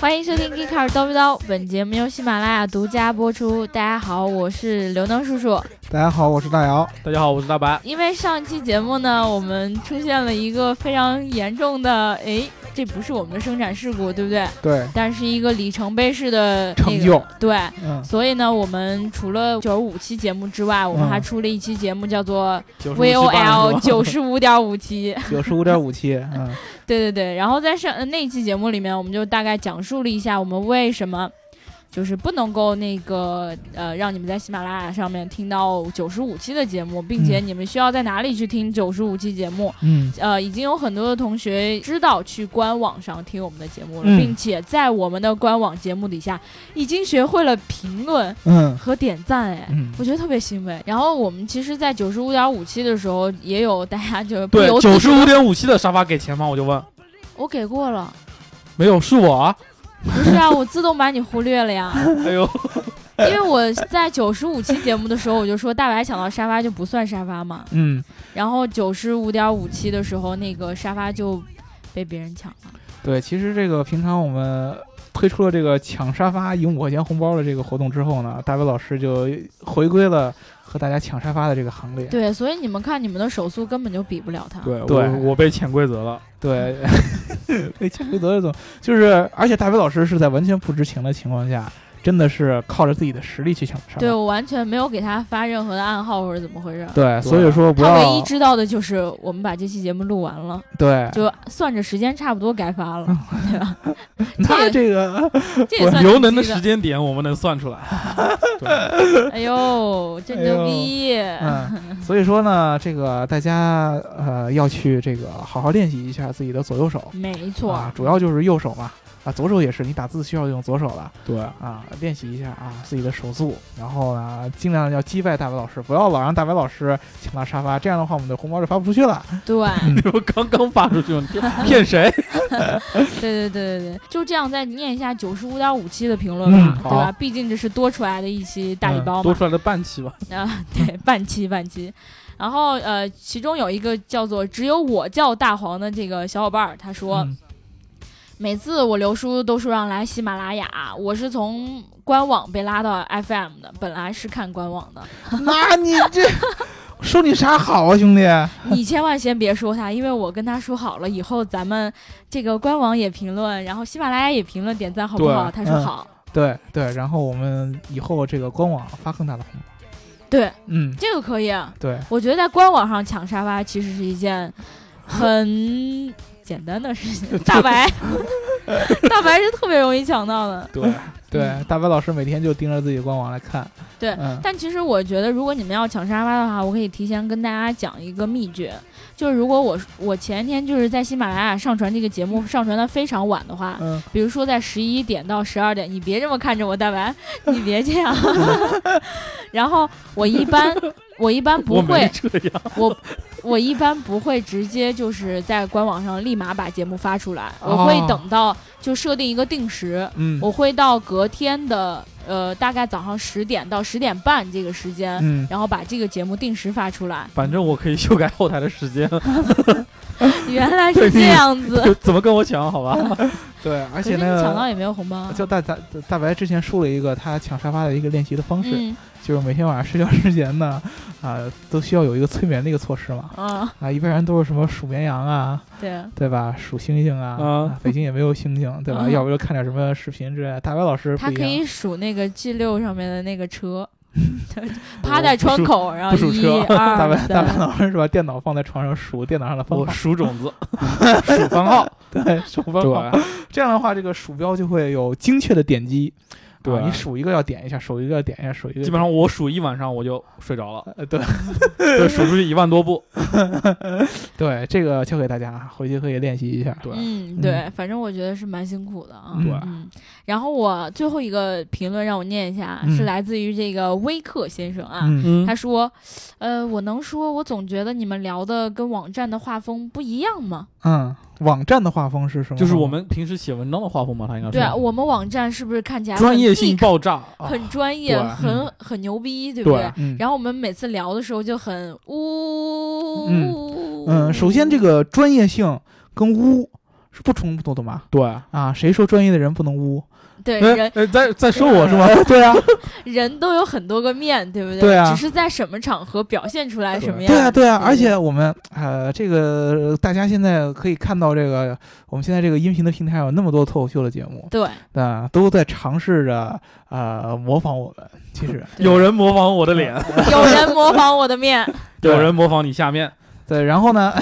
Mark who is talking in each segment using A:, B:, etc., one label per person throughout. A: 欢迎收听《g e e k a r 叨不叨》，本节目由喜马拉雅独家播出。大家好，我是刘能叔叔。
B: 大家好，我是大姚。
C: 大家好，我是大白。
A: 因为上期节目呢，我们出现了一个非常严重的，哎，这不是我们的生产事故，对不对？
B: 对，
A: 但是一个里程碑式的、那个、
B: 成就，
A: 对。
B: 嗯，
A: 所以呢，我们除了九十五期节目之外，我们
B: 嗯
A: 还出了一期节目，叫做
C: 九
A: V O L 九十五点五期。
B: 九十五点五期，嗯，
A: 对对对，然后在上呃那期节目里面，我们就大概讲述了一下我们为什么就是不能够那个呃让你们在喜马拉雅上面听到九十五期的节目，并且
B: 嗯
A: 你们需要在哪里去听九十五期节目。
B: 嗯，
A: 呃，已经有很多的同学知道去官网上听我们的节目了，
B: 嗯
A: 并且在我们的官网节目底下已经学会了评论
B: 嗯，
A: 和点赞，哎。
B: 嗯，
A: 我觉得特别欣慰。然后我们其实，在九十五点五期的时候，也有大家就不
C: 对
A: 由，自
C: 九
A: 主
C: 十五点五七的沙发给钱吗？我就问，
A: 我给过了，
C: 没有，是 我啊。
A: 不是啊，我自动把你忽略了呀，
C: 哎呦，
A: 因为我在九十五期节目的时候，我就说大白抢到沙发就不算沙发嘛，
B: 嗯，
A: 然后九十五点五期的时候，那个沙发就被别人抢了。
B: 对，其实这个平常我们推出了这个抢沙发赢五块钱红包的这个活动之后呢，大伟老师就回归了和大家抢沙发的这个行列。
A: 对，所以你们看，你们的手速根本就比不了他。
C: 对
B: 对
C: 我我被潜规则了。
B: 对， 被潜规则的总就是，而且大伟老师是在完全不知情的情况下，真的是靠着自己的实力去抢沙发。
A: 对我完全没有给他发任何的暗号或者怎么回事。
B: 对，所以说不
A: 他唯一
B: 要
A: 知道的就是我们把这期节目录完了，
B: 对，
A: 就算着时间差不多该发了， 对吧？
B: 他这 个
A: 这也算
C: 游能的
A: 时
C: 时间点我们能算出来。 对，
A: 哎呦，真
B: 哎
A: 牛
B: 呦
A: 逼！
B: 嗯，所以说呢，这个大家呃要去这个好好练习一下自己的左右手
A: 没错，
B: 啊，主要就是右手嘛啊，左手也是，你打字需要用左手了
C: 对，
B: 啊，练习一下啊自己的手速，然后呢，尽量要击败大白老师，不要老让大白老师抢到沙发，这样的话我们的红包就发不出去 了。
A: 对。
C: 你们刚刚发出去，你骗 骗谁？嗯
A: 对对对对对，就这样再念一下九十五点五期的评论吧，
B: 嗯
A: 对
B: 好嗯
A: 吧？毕竟这是多出来的一期大礼包嘛
C: 多，出来的半期吧。
A: 啊、对，半期半期。然后呃，其中有一个叫做“只有我叫大黄”的这个小伙伴儿，他说、
B: 嗯
A: 每次我留书都说让来喜马拉雅，我是从官网被拉到 FM 的，本来是看官 网的。
B: 那你这说你啥好啊，兄弟？
A: 你千万先别说他，因为我跟他说好了，以后咱们这个官网也评论，然后喜马拉雅也评论点赞，好不
C: 对
A: 好？他说
B: 嗯
A: 好。
B: 对对，然后我们以后这个官网发更大的红包。
A: 对，
B: 嗯，
A: 这个可以啊。
B: 对，
A: 我觉得在官网上抢沙发其实是一件很简单的事情。大白，大白是特别容易抢到的。
C: 对，
B: 对，大白老师每天就盯着自己官网来看。
A: 嗯对
B: 嗯，
A: 但其实我觉得，如果你们要抢沙发的话，我可以提前跟大家讲一个秘诀，就是如果我我前天就是在喜马拉雅上传这个节目，上传的非常晚的话，
B: 嗯，
A: 比如说在十一点到十二点，你别这么看着我，大白，你别这样。 然后我一般我一般不
C: 我
A: 会
C: 没，这样。
A: 我我一般不会直接就是在官网上立马把节目发出来，
B: 哦
A: 我会等到就设定一个定时，
B: 嗯
A: 我会到隔天的呃大概早上十点到十点半这个时间，
B: 嗯，
A: 然后把这个节目定时发出 来。
C: 反正我可以修改后台的时 间，
A: 原来是这样子，
C: 怎么跟我抢？ 好吧，嗯
B: 对，而
A: 可
B: 且
A: 是你
B: 呢，
A: 抢到也没有红包啊。
B: 就大大大白之前说了一个他抢沙发的一个练习的方式，
A: 嗯
B: 就是每天晚上睡觉之前呢，啊、都需要有一个催眠的一个措施嘛。
A: 啊，
B: 啊，一般人都是什么数绵羊啊，
A: 对，
B: 对吧？数星星啊，
C: 嗯
B: 啊北京也没有星星，对吧？
A: 嗯
B: 要不就看点什么视频之类的。大白老师不
A: 他
B: 一
A: 可
B: 样，
A: 以数那个 G 六上面的那个 车，趴在窗口，然后
C: 不数
A: 一
C: 车
B: 大
A: 二
B: 白大白
A: 三，
B: 老师是把电脑放在床上数电脑上的方
C: 我
B: 法，
C: 数种 子，数番号。
B: 对，数方法。
C: 对，
B: 这样的话，这个鼠标就会有精确的点击。
C: 对
B: 啊你数一个要点一下，数一个要点一下，数一个。
C: 基本上我数一晚上我就睡着了，
B: 呃，对
C: 对，数出去一万多步。
B: 对，这个教给大家，回去可以练习一下。
C: 对，
A: 嗯，
B: 嗯
A: 对，反正我觉得是蛮辛苦的啊。
B: 对
A: 嗯，然后我最后一个评论让我念一下，啊
B: 嗯
A: 是来自于这个威克先生啊。
B: 嗯，
C: 嗯
A: 他说：“呃，我能说，我总觉得你们聊的跟网站的画风不一样吗？
B: 嗯，网站的画风是什么？
C: 嗯就是我们平时写文章的画风嘛，他应该
A: 对啊，
C: 是
A: 我们网站是不是看起来很
C: 专业性
A: geek，
C: 爆炸，啊
A: 很专业，
C: 对
A: 很
B: 嗯
A: 很牛逼，对不
C: 对
A: 对？
B: 嗯，
A: 然后我们每次聊的时候就很呜，
B: 嗯嗯嗯，首先这个专业性跟污是不冲突的嘛。
C: 对，
B: 啊，谁说专业的人不能污？
A: 嗯对
C: 哎
A: 人
C: 哎，在在说我是吗？
B: 吧？ 对啊，
A: 人都有很多个面对不对？
B: 对啊
A: 只是在什么场合表现出来什么样。
B: 对啊，对啊，而
A: 对
B: 且我们呃，这个大家现在可以看到，这个我们现在这个音频的平台有那么多脱口秀的节目，
A: 对，
B: 啊、都在尝试着呃模仿我 们。其实，
C: 有人模仿我的脸，
A: 有人模仿我的面，
B: 对
C: 有人模仿你下面，
B: 对，然后呢，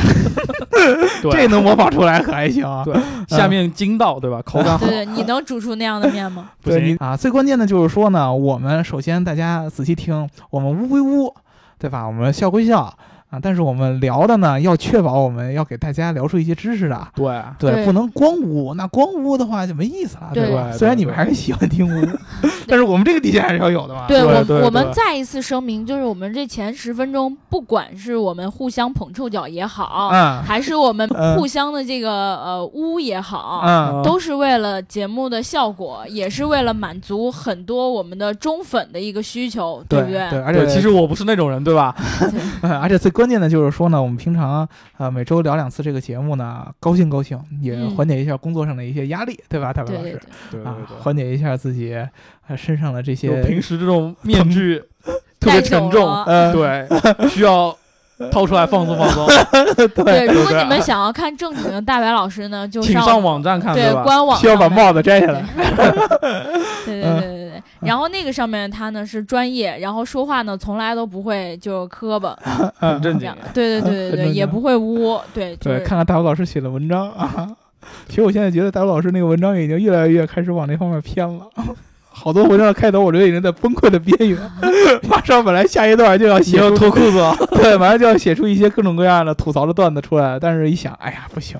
B: 这
C: 对，啊
B: 能模仿出来可还行啊。
C: 对下面筋道，对吧？口感好
A: 对，对，你能煮出那样的面吗？
C: 不
B: 对你
C: 行，
B: 啊，最关键的就是说呢，我们首先大家仔细听，我们污归污，对吧？我们笑归笑啊，但是我们聊的呢，要确保我们要给大家聊出一些知识的。
C: 对，
B: 对，
A: 对
B: 不能光污，那光污的话就没意思了，
A: 对
B: 吧？
C: 对
B: 虽然
C: 对
B: 你们还是喜欢听 污，但是我们这个底线还是要有的嘛。
A: 对
C: 啊对
A: 我
C: 对
A: 我们
C: 对
A: 再一次声明，就是我们这前十分钟，不管是我们互相捧臭脚也好，
B: 嗯
A: 还是我们
B: 嗯
A: 互相的这个呃污也好。
B: 嗯，
A: 都是为了节目的效果，也是为了满足很多我们的忠粉的一个需求，
B: 对
A: 不对？
B: 对，而且
C: 对，其实我不是那种人，对吧？
B: 嗯 而且最关键的就是说呢，我们平常呃每周聊两次这个节目呢，高兴高兴，也
A: 嗯
B: 缓解一下工作上的一些压力，对吧，大白
A: 对
B: 老
A: 对
B: 师？
A: 对
C: 对
B: 啊，缓解一下自己呃身上的这
C: 就
B: 些
C: 平时这种面具特
A: 带
C: 别
A: 走
C: 沉重，
A: 了
B: 呃
C: 对，需要掏出来放松放松，
A: 对，如果
C: 对
A: 你们想要看正经的大白老师呢，就
C: 请上网站看，
A: 对
C: 吧？
A: 官网
B: 需要把
A: 上面
B: 帽子摘下来。
A: 对对对
B: 嗯
A: 对对对。然后那个上面他呢是专业，然后说话呢从来都不会就磕巴，
C: 很
A: 这
C: 正经
A: 样。对对对对
B: 很正
A: 对，
B: 经
A: 也不会污，对就
B: 对，
A: 是
B: 看看大白老师写的文章啊。 其实我现在觉得大白老师那个文章已经越来越开始往那方面偏了， 好多文章的开头我觉得已经在崩溃的边 缘，马上本来下一段就要
C: 你
B: 写
C: 要
B: 出
C: 脱裤子啊？
B: 对，马上就要写出一些各种各样的吐槽的段子出来了，但是一想，哎呀，不行，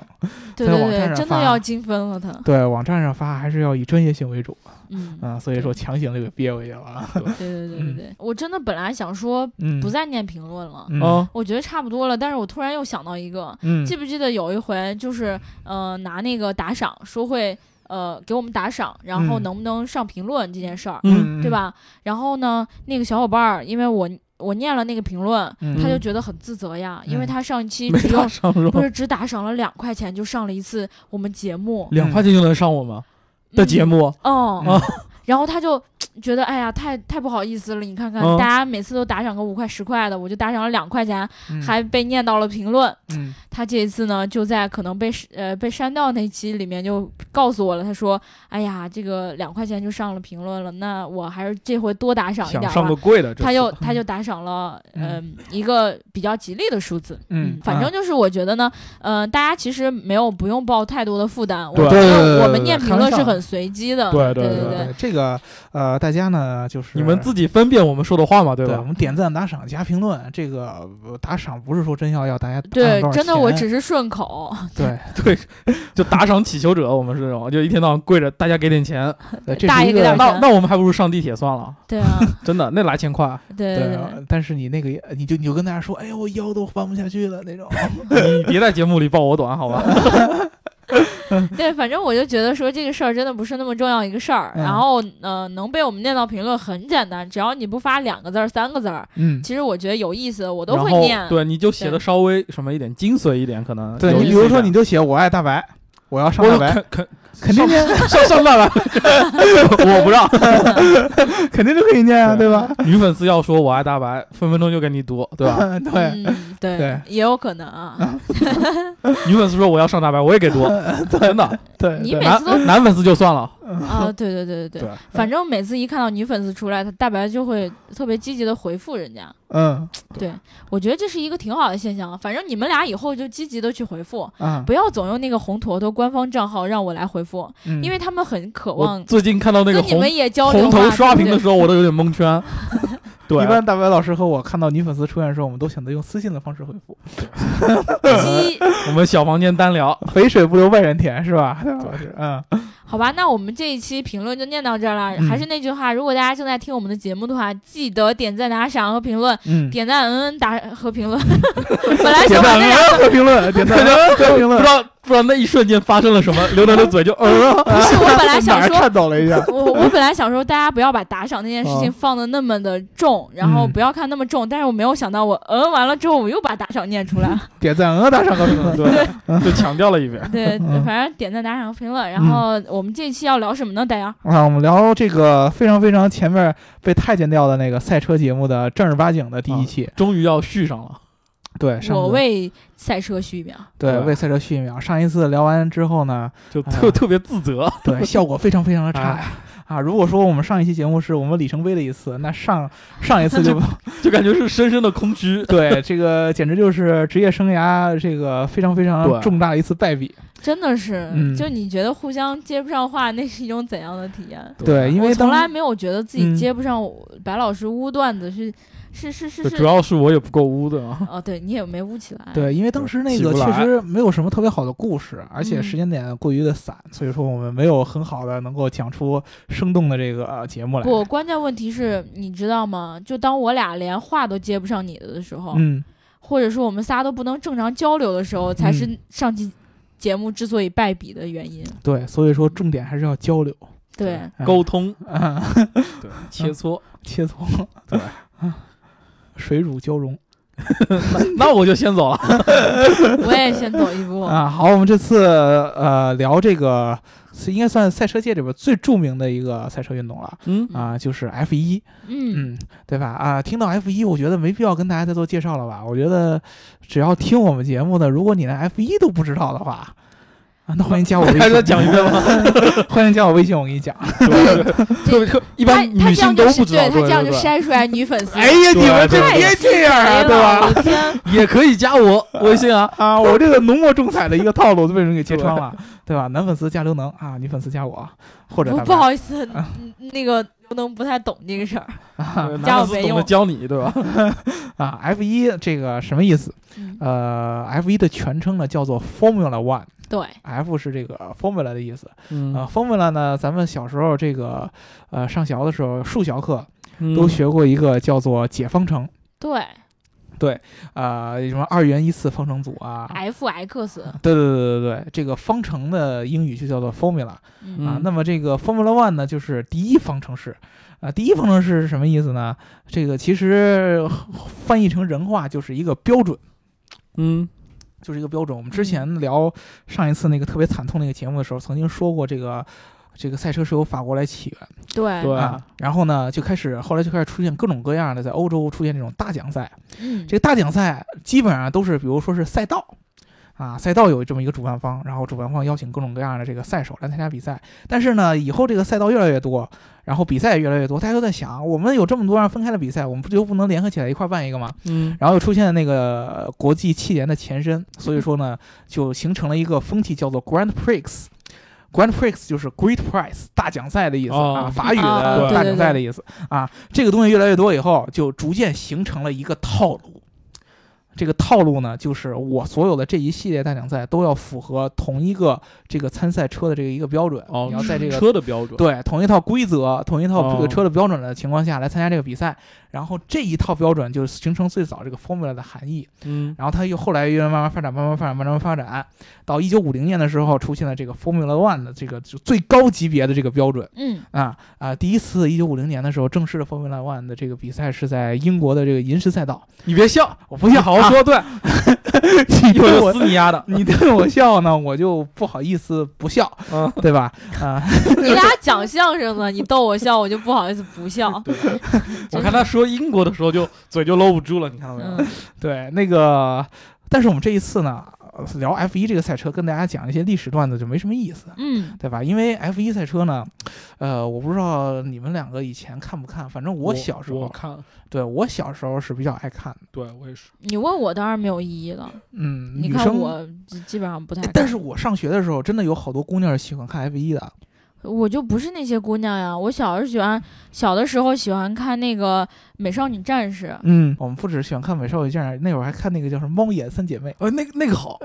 A: 对
B: 在
A: 对
B: 网站
A: 对，
B: 上
A: 真
B: 发
A: 的要精分了他，
B: 对，网站上发还是要以专业性为主
A: 嗯，
B: 啊、所以说强行就给憋回去了啊，
A: 对对对对对，我真的本来想说
B: 嗯，
A: 不再念评论了，
B: 嗯
C: 嗯
A: 我觉得差不多了，但是我突然又想到一个，
B: 嗯
A: 记不记得有一回就是呃拿那个打赏说会呃给我们打赏，然后
B: 嗯
A: 能不能上评论这件事儿，
B: 嗯，
A: 对？吧？然后呢，那个小伙伴儿，因为我我念了那个评论，
B: 嗯
A: 他就觉得很自责呀，因为
B: 嗯
A: 他上一期
C: 没
A: 只
C: 打
A: 用
C: 上是
A: 不
C: 吧？
A: 是只打赏了两块钱就上了一次我们节目
C: 两块钱就能上我们嗯的节
A: 目，
C: 目，
A: 哦、
B: 嗯
A: 然后他就觉得哎呀，太太不好意思了，你看看、
C: 嗯
A: 大家每次都打赏个五块十块的，我就打赏了两块钱，
B: 嗯
A: 还被念到了评论。
B: 嗯
A: 他这一次呢，就在可能被呃被删掉那期里面就告诉我了，他说：“哎呀，这个两块钱就上了评论了，那我还是这回多打赏一
C: 想
A: 点儿吧。”
C: 上个贵的，这次
A: 他就他就打赏了，嗯、一个比较吉利的数字。
B: 嗯
A: 反正就是我觉得呢，嗯、大家其实没有不用抱太多的负担，我
C: 对
A: 觉
B: 对对
A: 得
B: 对
A: 我
B: 对
A: 们念
B: 开
A: 评
B: 玩
A: 论是
B: 笑
A: 很随机的。
C: 对
A: 对
C: 对
A: 对
B: 对，这个呃，大家呢就是
C: 你们自己分辨我们说的话嘛，对
B: 对
C: 吧
B: 我？们点赞、打赏、加评论，这个呃打赏不是说真要要大家
A: 对
B: 按多少
A: 真的，我
B: 钱
A: 只是顺口，
B: 对
C: 对，就打赏乞求者，我们是这种，就一天到晚跪着，大家给点钱。
B: 对呃这
A: 大
B: 是
A: 爷
B: 一
A: 给
B: 个
A: 点
C: 那那我们还不如上地铁算了，
A: 对啊，
C: 真的，那来钱快，啊
A: 对对
B: 对
A: 对，
B: 呃但是你那个也你就你就跟大家说，哎呦，我腰都弯不下去了 那种，
C: 你别在节目里爆我短，好吧？
A: 对，反正我就觉得说这个事儿真的不是那么重要一个事儿，
B: 嗯
A: 然后呃，能被我们念到评论很简单，只要你不发两个字儿、三个字儿，
B: 嗯。
A: 其实我觉得有意 思，我都
C: 然
A: 会
C: 后
A: 念。
C: 对， 你就写的稍微什么一点，精髓一点，可 能
B: 嗯对
C: 有
B: 你
C: 意
B: 比
C: 思
B: 如
C: 一
B: 说，
C: 点
B: 你就写我爱大白，我要上大
C: 我说
B: 白，
C: 肯肯
B: 肯定念，
C: 上上大白， 我不让
B: 肯定就可以念啊， 对
A: 对
B: 吧？
C: 女粉丝要说我爱大白，分分钟就给你读，对吧？
B: 嗯对
A: 嗯，对，
B: 对
A: 也有可能啊。
C: 女粉丝说我要上大白，我也给读，真的。
B: 对
A: 你
B: 对
A: 每
C: 男
A: 次都
C: 男粉丝就算了，
A: 啊，对对对对对，
C: 对
A: 反正每次一看到女粉丝出来，她大白就会特别积极的回复人家。
B: 嗯
A: 对，我觉得这是一个挺好的现象。反正你们俩以后就积极的去回复，
B: 啊，
A: 不要总用那个红坨坨官方账号让我来回复，
B: 嗯
A: 因为他们很渴
C: 我
A: 望
C: 最近看到那个
A: 跟你
C: 红
A: 们也交流
C: 红
A: 嘛。
C: 头刷
A: 对不
C: 屏
A: 对
C: 的时候，我都有点 蒙圈。对，
B: 一般大白老师和我看到女粉丝出现的时候，我们都选择用私信的方式回复，
A: 鸡，
C: 我们小房间单聊，
B: 肥水不流外人田是吧？ 大白老师，嗯，
A: 好吧，那我们这一期评论就念到这儿了。
B: 嗯
A: 还是那句话，如果大家正在听我们的节目的话，记得点赞、打赏和评论。
B: 嗯，
A: 点 赞、嗯嗯打和评论。本来
B: 点
A: 想把
B: 赞
A: 这俩
B: 和评论，点赞和评
C: 不
B: 论，
C: 知道不知道那一瞬间发生了什么，刘能的嘴就呃，
A: 不是，我本来想
B: 哪儿
A: 说，
B: 颤抖了一 下，
A: 我我本来想说，大家不要把打赏那件事情
B: 啊
A: 放的那么的重，然后
B: 嗯
A: 不要看那么重，但是我没有想到我嗯完了之后，我又把打赏念出来，
B: 点赞啊，打赏个评论。
C: 对，就强调了一遍。
A: 对，
B: 嗯
A: 反正点赞打赏评论。然后我们这一期要聊什么呢？大家
B: 啊，我们聊这个非常非常前面被太监掉的那个赛车节目的正儿八经的第一期，
C: 终于要续上了，
B: 对，上
A: 我
B: 次
A: 为赛车续命，
B: 对
C: 对
B: 为赛车续一秒。上一次聊完之后呢，
C: 就特、
B: 哎
C: 特别自责。
B: 对效果非常非常的差
C: 哎，
B: 啊。如果说我们上一期节目是我们里程碑的一次，那上上一次就
C: 就感觉是深深的空虚。
B: 对这个简直就是职业生涯这个非常非常
C: 对
B: 重大的一次败笔。
A: 真的是，
B: 嗯
A: 就你觉得互相接不上话，那是一种怎样的体验？
B: 对，因为
A: 我
B: 当
A: 从来没有觉得自己
B: 嗯
A: 接不上白老师污段子是、是是是
C: 对，
A: 是
C: 主要是我也不够污的啊。
A: 哦，对你也没污起来。
B: 对，因为当时那
C: 起
B: 个
C: 不
B: 确
C: 来
B: 实没有什么特别好的故事，而且
A: 嗯
B: 时间点过于的散，所以说我们没有很好的能够讲出生动的这个呃节目来。
A: 不，关键问题是，你知道吗？就当我俩连话都接不上你的的时候，
B: 嗯，
A: 或者说我们仨都不能正常交流的时候，才
B: 嗯
A: 是上期节目之所以败笔的原因。
B: 对，所以说重点还是要 交流，
A: 对，
B: 嗯
C: 沟通，
B: 啊，
C: 对，切磋，
B: 切磋，
C: 对
B: 啊， 水乳交融
C: 那那我就先走 了。
A: 我也先走一步。
B: 啊。好，我们这次呃聊这个是应该算赛车界里边最著名的一个赛车运动了
C: 嗯，
B: 啊，就是 F 一。
A: 嗯，
B: 嗯，对吧？啊，听到 F 一，我觉得没必要跟大家再做介绍了吧？我觉得只要听我们节目的，如果你连 F 一都不知道的话，啊，那欢迎加我微信。
C: 还是再讲一遍 吧。
B: 欢迎加我微信，我跟你讲。
C: 对对特别特，一
A: 他
C: 般
A: 他
C: 女
A: 这样
C: 性
A: 就
C: 都
A: 是
C: 不知
A: 对
C: 道。
A: 他这样就
C: 对
A: 筛出来女粉丝。
B: 哎呀，
C: 对
B: 你们这
C: 对
B: 别这样啊，对
A: 吧？我
B: 吧？
A: 的天，
C: 对也可以加 我微信啊。
B: 啊，我这个浓墨重彩的一个套路都被人给揭穿了，对吧？男粉丝加刘能啊，女粉丝加我， 或者
A: 不
B: 咱
A: 不
B: 们啊
A: 好意思，嗯那个刘能不太懂这个事儿。
C: 对
A: 加
C: 男
A: 我
C: 粉丝
A: 没
C: 懂得
A: 用
C: 教你，对吧？
B: 啊，F 一这个什么意思？
A: 嗯，
B: 呃，F 一的全称呢叫做 Formula One，F
A: 对，
B: 是这个 Formula 的意思。 啊、
C: 嗯，
B: f o r m u l a 呢，咱们小时候这个呃上小的时候，数学课都
C: 嗯
B: 学过一个叫做解方程，
A: 对
B: 啊，什么二元一次方程组啊。
A: ，F X，
B: 对对对对对，这个方程的英语就叫做 formula
A: 嗯
C: 嗯
B: 啊。那么这个 formula one 呢，就是第一方程式啊。第一方程式是什么意思呢？这个其实呃翻译成人话就是一个标准，
C: 嗯，
B: 就是一个标准。我们之前聊上一次那个特别惨痛那个节目的时候，曾经说过这个这个赛车是由法国来起源。
A: 对，
C: 对
B: 啊，然后呢，就开始后来就开始出现各种各样的，在欧洲出现这种大奖赛。
A: 嗯
B: 这，个大奖赛基本上都是，比如说是赛道，啊，赛道有这么一个主办方，然后主办方邀请各种各样的这个赛手来参加比赛。但是呢，以后这个赛道越来越多，然后比赛也越来越多，大家都在想，我们有这么多样分开的比赛，我们不就不能联合起来一块儿办一个吗？
C: 嗯，
B: 然后又出现了那个呃国际汽联的前身，所以说呢，就形成了一个风气，叫做 Grand Prix。Grand Prix 就是 Great Prize 大奖赛的意思、
C: 哦
B: 啊，法语
A: 啊
B: 的
C: 对
B: 大奖赛的意思啊。这个东西越来越多以后，就逐渐形成了一个套路。这个套路呢，就是我所有的这一系列大奖赛都要符合同一个这个参赛车的这个一个标准，
C: 哦
B: 你要在这个
C: 车的标准，
B: 对，同一套规则、同一套这
C: 哦
B: 个车的标准的情况下来参加这个比赛，然后这一套标准就形成最早这个 formula 的含义，
C: 嗯，
B: 然后它又后来又慢慢发展、慢慢发展、慢慢发展，到一九五零年的时候出现了这个 formula one 的这个就最高级别的这个标准
A: 嗯，
B: 啊啊！第一次一九五零年的时候，正式的 formula one 的这个比赛是在英国的这个银石赛道，
C: 你别笑，
B: 我不笑，啊
C: 好好，说，对，
B: 你
C: 一会儿
B: 对
C: 就
B: 我。
C: 撕你丫的。
B: 你对我笑呢，我就不好意思不笑，
C: 嗯，
B: 对吧？啊、
A: 你俩讲相声呢，你逗我笑，我就不好意思不笑。
C: 对，我看他说英国的时候就嘴就搂不住了，你看到没有？
A: 嗯，
B: 对，那个，但是我们这一次呢，呃聊 F 1这个赛车，跟大家讲一些历史段子就没什么意思，
A: 嗯，
B: 对吧？因为 F 1赛车呢，呃，我不知道你们两个以前看不看，反正我小时
C: 我
B: 候，
C: 看，
B: 对我小时候是比较爱看的，
C: 对我也是，
A: 你问我当然没有意义了。
B: 嗯，
A: 你
B: 女
A: 看
B: 生。
A: 我基基本上不太
B: 哎
A: 看，
B: 但是我上学的时候，真的有好多姑娘是喜欢看 F 1的，
A: 我就不是那些姑娘呀。我小时候喜欢，小的时候喜欢看那个《美少女战士》，
B: 嗯，我们不只喜欢看《美少女战士》，那会儿还看那个叫什么《猫眼三姐妹，
C: 呃，那个那个 好，》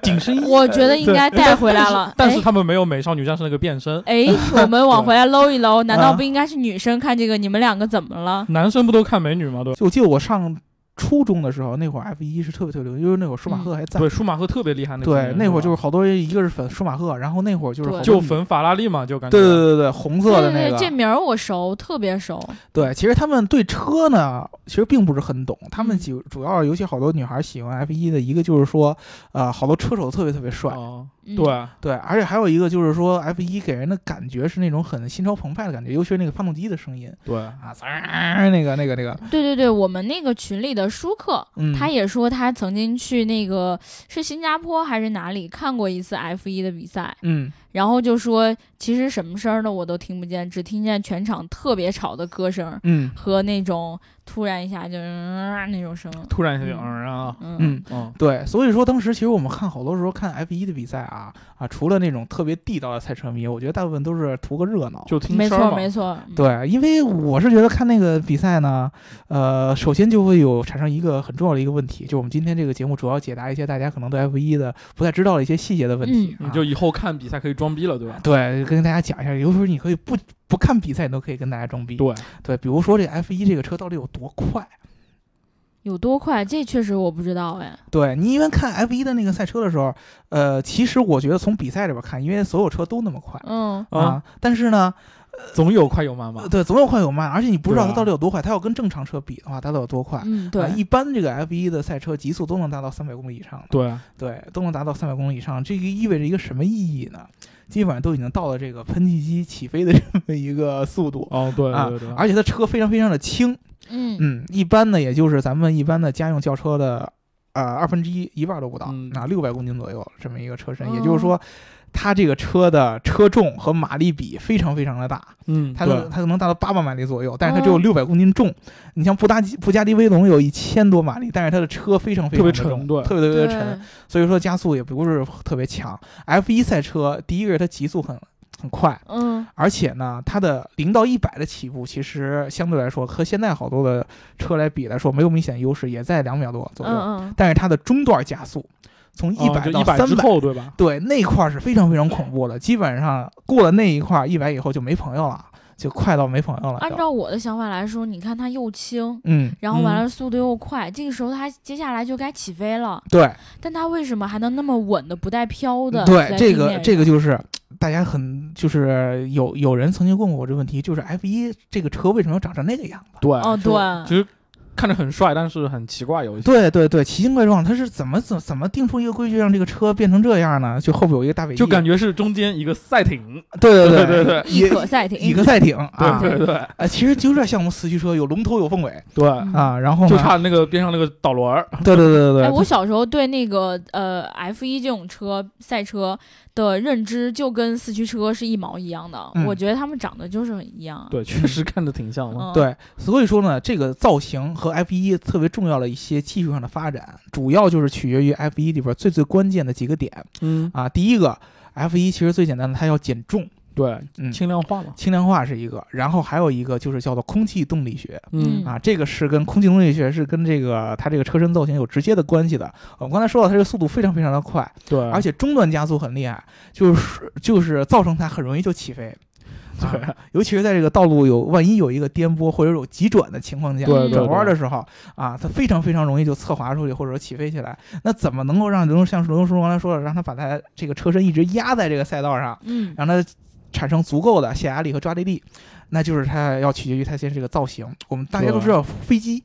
C: 紧身衣，
A: 我觉得应该带回来 了。
C: 但是他们没有美少女战士那个变身，
A: 哎，哎我们往回来搂一搂，难道
B: 啊
A: 不应该是女生看这个？你们两个怎么了？
C: 男生不都看美女吗？对吧？
B: 就我记得我上初中的时候，那会儿 F 一是特别特别流行，因为那会儿舒马赫还在。
C: 对，舒马赫特别厉害那几
B: 对
C: 年，
B: 那会儿就是是好多人，一个是粉舒马赫，然后那会儿就是
A: 对
B: 好多
C: 就
B: 女
C: 粉法拉利嘛，就感觉
B: 对对对对，红色的
A: 对
B: 那
A: 对对，这
B: 个。
A: 名儿我熟，特别熟。
B: 对，其实他们对车呢，其实并不是很懂。他们
A: 嗯
B: 几主要尤其好多女孩喜欢 F 一的一个就是说，呃，好多车手特别特别帅，
C: 哦
A: 嗯、
C: 对，
B: 对，而且还有一个就是说 F 一给人的感觉是那种很心潮澎湃的感觉，尤其是那个发动机的声音
C: 对，
B: 啊，呲儿那个那个那个，
A: 嗯对对对，我们那个群里的舒克，
B: 嗯，
A: 他也说他曾经去那个是新加坡还是哪里看过一次 F 一的比赛，
B: 嗯，
A: 然后就说其实什么声儿呢我都听不见，只听见全场特别吵的歌声儿
B: 嗯
A: 和那种突然一下就、那种声。
C: 突然一下就嗯啊，
A: 嗯
B: 嗯，
C: 嗯，
B: 对，所以说当时其实我们看好多时候看 F 一的比赛啊啊，除了那种特别地道的赛车迷，我觉得大部分都是图个热闹。
C: 就听
A: 没
C: 声儿
A: 错
C: 嘛
A: 没错，嗯，
B: 对，因为我是觉得看那个比赛呢，呃，首先就会有产生一个很重要的一个问题，就我们今天这个节目主要解答一些大家可能对 F 一的不太知道的一些细节的问题。
C: 你
B: 啊
C: 嗯就以后看比赛可以装逼了，对吧？
B: 对，跟大家讲一下，有时候你可以不不看比赛，你都可以跟大家装逼。
C: 对，
B: 对，比如说这 F 一这个车到底有多快？
A: 有多快？这确实我不知道哎。
B: 对你一般看 F 一的那个赛车的时候，呃，其实我觉得从比赛里边看，因为所有车都那么快。
A: 嗯，
C: 啊，
B: 啊，但是呢，
C: 总有快有慢吧
B: 呃。对，总有快有慢，而且你不知道
C: 对
B: 它
C: 啊
B: 到底有多快。它要跟正常车比的话，它到底有多快？
A: 嗯，
B: 啊
A: 对，
B: 一般这个 F 一的赛车极速都能达到三百公里以上的，
C: 对，
B: 对，都能达到三百公里以上，这个意味着一个什么意义呢？基本上都已经到了这个喷气机起飞的这么一个速度
C: 哦，对
B: 啊
C: 对对，，
B: 而且它车非常非常的轻，
A: 嗯
B: 嗯，一般呢也就是咱们一般的家用轿车的呃二分之一一半都不到，
C: 嗯
B: 啊六百公斤左右这么一个车身，
A: 哦
B: 也就是说。它这个车的车重和马力比非常非常的大，
C: 嗯，
B: 它
C: 对
B: 能，它能达到八万马力左右，但是它只有
A: 哦
B: 六百公斤重。你像布达基布加迪威龙有一千多马力，但是它的车非常非
C: 特
B: 常的
C: 别沉
B: 重
C: 对
B: 特别特
A: 对
B: 别地沉，所以说加速也不是特别强。F 一赛车，第一个是它极速很很快，
A: 嗯，
B: 而且呢，它的零到一百的起步其实相对来说和现在好多的车来比来说没有明显优势，也在两秒多左右。
A: 嗯嗯，
B: 但是它的中段加速从一百到
C: 哦一百
B: 三
C: 之
B: 百、
C: 后，对吧？
B: 对那块儿是非常非常恐怖的，基本上过了那一块一百以后就没朋友了，就快到没朋友了就。
A: 按照我的想法来说，你看它又轻，
B: 嗯，
A: 然后完了速度又快，这个时候它接下来就该起飞了，
B: 对
A: 但它为什么还能那么稳的不带飘的？
B: 对，这个这
A: 个，
B: 个就是。大家很就是有有人曾经问过我这个问题，就是 F 一这个车为什么要长成那个样子？
C: 对，
A: 哦
C: 就
A: 对
C: 其实看着很帅，但是很奇怪，有一些。
B: 对对对，奇形怪状，它是怎么怎怎么定出一个规矩让这个车变成这样呢？就后边有一个大尾翼，
C: 就感觉是中间一个赛艇，
B: 对对
C: 对
B: 对
C: 对
A: 一可赛艇，
B: 一个赛艇啊，
C: 对对对
B: 啊，其实就有点像我们四驱车，有龙头有凤尾
C: 对，
A: 嗯。
B: 啊，然后呢
C: 就差那个边上那个导轮儿，
B: 对对对对
A: 哎，
B: 对，
A: 我小时候对那个呃 F 一这种车赛车的认知就跟四驱车是一毛一样的，
B: 嗯
A: 我觉得他们长得就是很一样。
C: 对，确实看着挺像的。
A: 嗯，
B: 对，所以说呢，这个造型和 F 一特别重要的一些技术上的发展，主要就是取决于 F 一里边最最关键的几个点
C: 嗯，
B: 啊。第一个，F 一其实最简单的，它要减重，
C: 对，
B: 嗯，
C: 轻量化嘛。
B: 轻量化是一个，然后还有一个就是叫做空气动力学，
A: 嗯
B: 啊，这个是跟空气动力学是跟这个它这个车身造型有直接的关系的。我们刚才说到它这个速度非常非常的快，
C: 对，
B: 而且中段加速很厉害，就是就是造成它很容易就起飞。啊
C: 对
B: 尤其是在这个道路有万一有一个颠簸或者有急转的情况下，
C: 对
A: 嗯
B: 转弯
C: 对
B: 的时候啊，它非常非常容易就侧滑出去或者说起飞起来。那怎么能够让刘像刘叔刚才说的，让它把它这个车身一直压在这个赛道上，
A: 嗯，
B: 让它产生足够的泄压力和抓地力，那就是它要取决于它先这个造型。我们大家都知道飞机，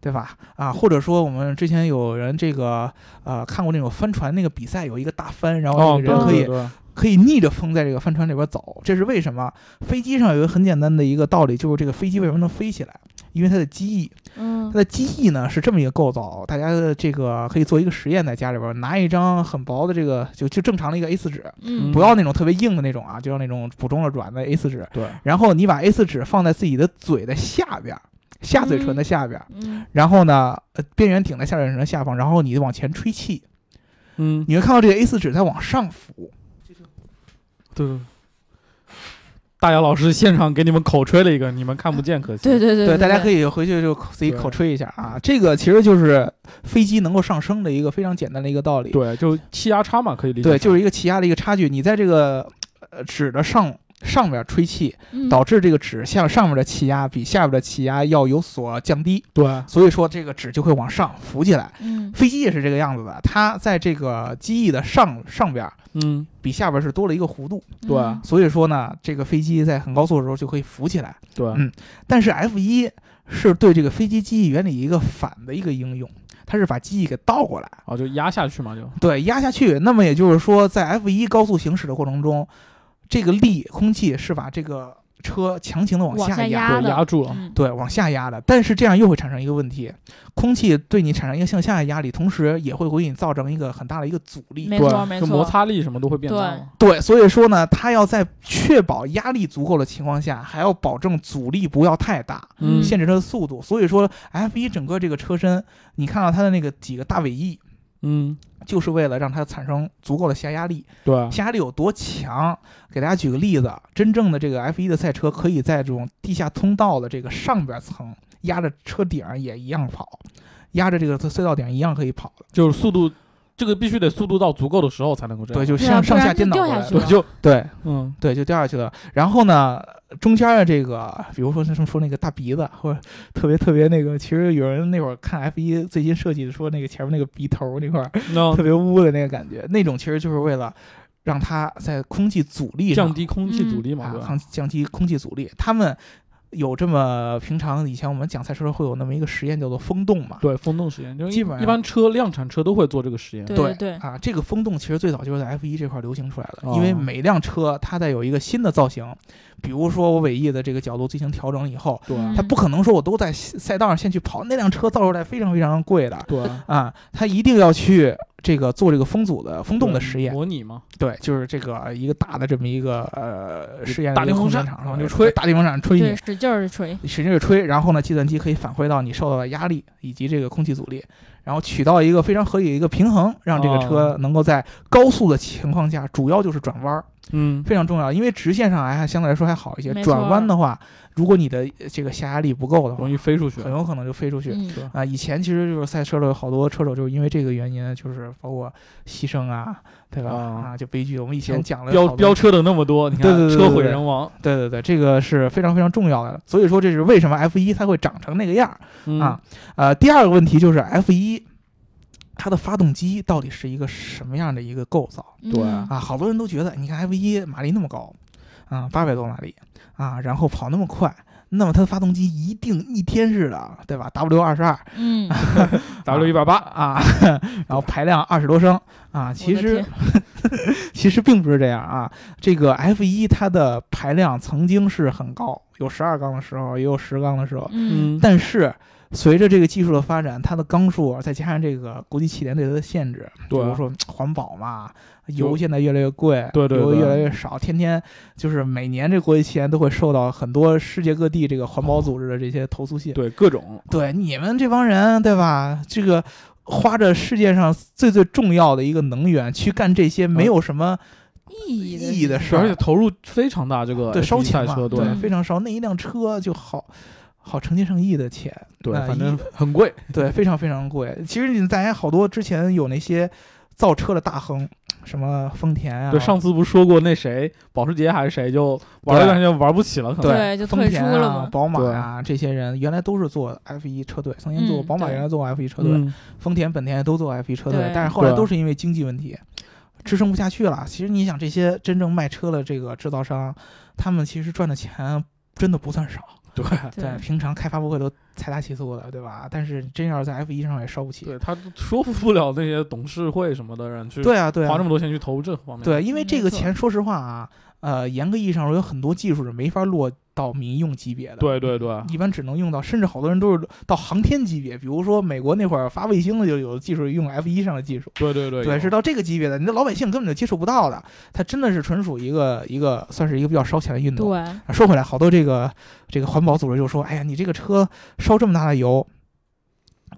B: 对吧？啊，或者说我们之前有人这个呃看过那种帆船那个比赛，有一个大帆，然后
C: 哦，
B: 那个人
C: 对
B: 可以、
C: 对对
B: 可以逆着风在这个帆船里边走，这是为什么？飞机上有一个很简单的一个道理，就是这个飞机为什么能飞起来？因为它的机翼，
A: 嗯
B: 它的机翼呢是这么一个构造，大家的这个可以做一个实验，在家里边拿一张很薄的这个就就正常的一个 A 4纸，
A: 嗯
B: 不要那种特别硬的那种啊，就要那种补充了软的 A 4纸，
C: 对
B: 然后你把 A 4纸放在自己的嘴的下边儿，下嘴唇的下边儿，
A: 嗯
B: 然后呢，呃边缘顶在下嘴唇的下方，然后你往前吹气，
C: 嗯，
B: 你会看到这个 A 4纸在往上浮。
C: 对对。 大姚老师现场给你们口吹了一个，你们看不见，可惜。
A: 对对对
B: 对，大家可
A: 以
B: 以回去就口自己
C: 对
B: 口吹一下啊。这个其实就是飞机能够上升的一个非常简单的一个道理。
C: 对，就气压差嘛，可以理解成。
B: 对，就是一个气压的一个差距。你在这个呃纸的上上面吹气，
A: 嗯
B: 导致这个纸下上面的气压比下面的气压要有所降低，
C: 对，
B: 所以说这个纸就会往上浮起来。
A: 嗯
B: 飞机也是这个样子的，它在这个机翼的上上边儿
C: 嗯，
B: 比下边儿是多了一个弧度，
A: 嗯
C: 对
B: 所以说呢，这个飞机在很高速的时候就可以浮起来。
C: 对，
B: 嗯但是 F 一是对这个飞机机翼原理一个反的一个应用，它是把机翼给倒过来，
C: 哦，就压下去嘛，就
B: 对，压下去。那么也就是说，在 F 一高速行驶的过程中，这个力空气是把这个车强行的往
A: 往
B: 下
A: 下
B: 压。
A: 压
C: 对，
A: 的
C: 压住了，
A: 嗯
B: 对，往下压的，但是这样又会产生一个问题，空气对你产生一个向下的压力，同时也会给你造成一个很大的一个阻力。
A: 没错没
C: 对，就
A: 错，
C: 摩擦力什么都会变大
A: 对
C: 嘛，
B: 对，所以说呢，它要在确保压力足够的情况下，还要保证阻力不要太大，
C: 嗯
B: 限制它的速度。所以说，F 一整个这个车身，你看到它的那个几个大尾翼，
C: 嗯，
B: 就是为了让它产生足够的下压力。
C: 对，
B: 下压力有多强？给大家举个例子，啊真正的这个 F 一的赛车可以在这种地下通道的这个上边层压着车顶儿也一样跑，压着这个隧道顶儿一样可以跑的。
C: 就是速度，这个必须得速度到足够的时候才能够这
B: 对，
C: 样，
B: 就
A: 对啊
B: 向
A: 不然
B: 上下
A: 就
B: 颠倒
A: 掉
B: 过
A: 下
B: 来
A: 去
B: 的
A: 了
C: 就
B: 对
C: 嗯，
B: 对，就掉下去了。然后呢，中间的这个，比如说他们说那个大鼻子，或者特别特别那个，其实有人那会儿看 F 一最新设计的说那个前面那个鼻头那块儿
C: 那
B: 特别污的那个感觉，那种其实就是为了让它在空气阻力上
C: 降低空气阻力嘛，
B: 啊
C: 对，吧？
B: 抗降低空气阻力。他们有这么平常以前我们讲赛车会有那么一个实验叫做风洞嘛？
C: 对，风洞实验，就
B: 基本上
C: 一般车量产车都会做这个实验，
A: 对
B: 对
A: 对，
B: 啊，这个风洞其实最早就是在 F 一这块流行出来的，
C: 哦
B: 因为每辆车它在有一个新的造型，比如说我尾翼的这个角度进行调整以后，
C: 对
A: 嗯
B: 它不可能说我都在赛道上先去跑，那辆车造出来非常非常贵的
C: 对，
B: 啊，它一定要去这个做这个风阻的风洞的
C: 对
B: 实验，
C: 模拟嘛，
B: 对，就是这个一个大的这么一个呃实验
C: 大
B: 的一个
C: 电风
B: 空间
C: 扇
B: 场上
C: 往就呃吹
B: 大电风扇吹你
A: 对，使劲儿锤，
B: 使劲儿吹，然后呢，计算机可以返回到你受到的压力以及这个空气阻力，然后取到一个非常合理的一个平衡，让这个车
C: 哦
B: 能够在高速的情况下，主要就是转弯儿
C: 嗯，
B: 非常重要，因为直线上还相对来说还好一些
A: 没，错
B: 转弯的话，如果你的呃这个下压力不够的话
C: 容，易飞出去，
B: 很有可能就飞出去。
A: 嗯
C: 对
B: 啊，以前其实就是赛车的有好多车手就是因为这个原因，就是包括牺牲啊，对吧？
C: 啊
B: 啊，就悲剧。我们以前
C: 就
B: 讲了
C: 飙
B: 好多
C: 飙车的那么多，你看
B: 对对对对
C: 车毁
B: 对
C: 人亡
B: 对对对，这个是非常非常重要的。所以说，这是为什么 F 一它会长成那个样儿。
C: 嗯
B: 啊，呃，第二个问题就是 F 一，它的发动机到底是一个什么样的一个构造
C: 对
A: 嗯
B: 啊？好多人都觉得，你看 F 一马力那么高，啊，八百多马力啊，然后跑那么快。那么它的发动机一定逆天式的，对吧？W 二十二
A: 嗯，
C: ，W 一百八，
B: 啊， 然后排量二十多升啊， 其
A: 我的
B: 实
A: 天
B: 其实并不是这样啊。这个 F 一它的排量曾经是很高，有十二缸的时候，也有十缸的时候，
A: 嗯
B: 但是随着这个技术的发展，它的缸数再加上这个国际汽联对它的限制，
C: 对啊
B: 比如说环保嘛，
C: 有
B: 油现在越来越贵，
C: 对对
B: 油
C: 对
B: 越来越少，天天就是每年这国际汽联都会受到很多世界各地这个环保组织的这些投诉信。
C: 对各种，
B: 对你们这帮人，对吧？这个花着世界上最最重要的一个能源去干这些
C: 呃
B: 没有什么
A: 意义的
B: 意义的
A: 事
B: 事
C: 而
B: 儿
C: 且，投入非常大，这个
B: 啊对，烧
C: F1
B: 钱
C: 赛
B: 嘛，
C: 呃车，
B: 对，
C: 对
B: 非常烧。那一辆车就好好成千上亿的钱，
C: 对，
B: 那
C: 反
B: 一
C: 正很贵，
B: 对，非常非常贵。其实你大家好多之前有那些造车的大亨，什么丰田啊，
C: 对，上次不是说过那谁，保时捷还是谁就玩了一段时间玩不起了，可能
B: 对
A: 对就退
B: 丰田
A: 出了
B: 啊
A: 嘛、
B: 宝马啊这些人原来都是做 F 一车队，曾经做过
A: 嗯
B: 宝马，
A: 对
B: 原来做过 F 一车队，
C: 嗯，
B: 丰田、本田也都做 F 一车队
A: 对，
B: 但是后来
C: 对
B: 都是因为经济问题。支撑不下去了。其实你想，这些真正卖车的这个制造商，他们其实赚的钱真的不算少。
C: 对
B: 对，
A: 对，
B: 平常开发布会都财大气粗的，对吧？但是真要是在 F 一上也烧不起。
C: 对，他说服不了那些董事会什么的人去
B: 对啊，对啊，
C: 花这么多钱去投入这方面，
B: 对，因为这
A: 没
B: 个
A: 错
B: 钱，说实话啊，呃，严格意义上说，有很多技术是没法落到民用级别的。。
C: 对对对，
B: 一般只能用到，甚至好多人都是到航天级别，比如说美国那会儿发卫星的就有技术用 F 一上的技术，
C: 对对对，
B: 对，
C: 有
B: 是到这个级别的，你的老百姓根本就接触不到的，它真的是纯属一个一个算是一个比较烧钱的运动。
A: 对，
B: 啊说回来，好多这个这个环保组织就说，哎呀，你这个车烧这么大的油，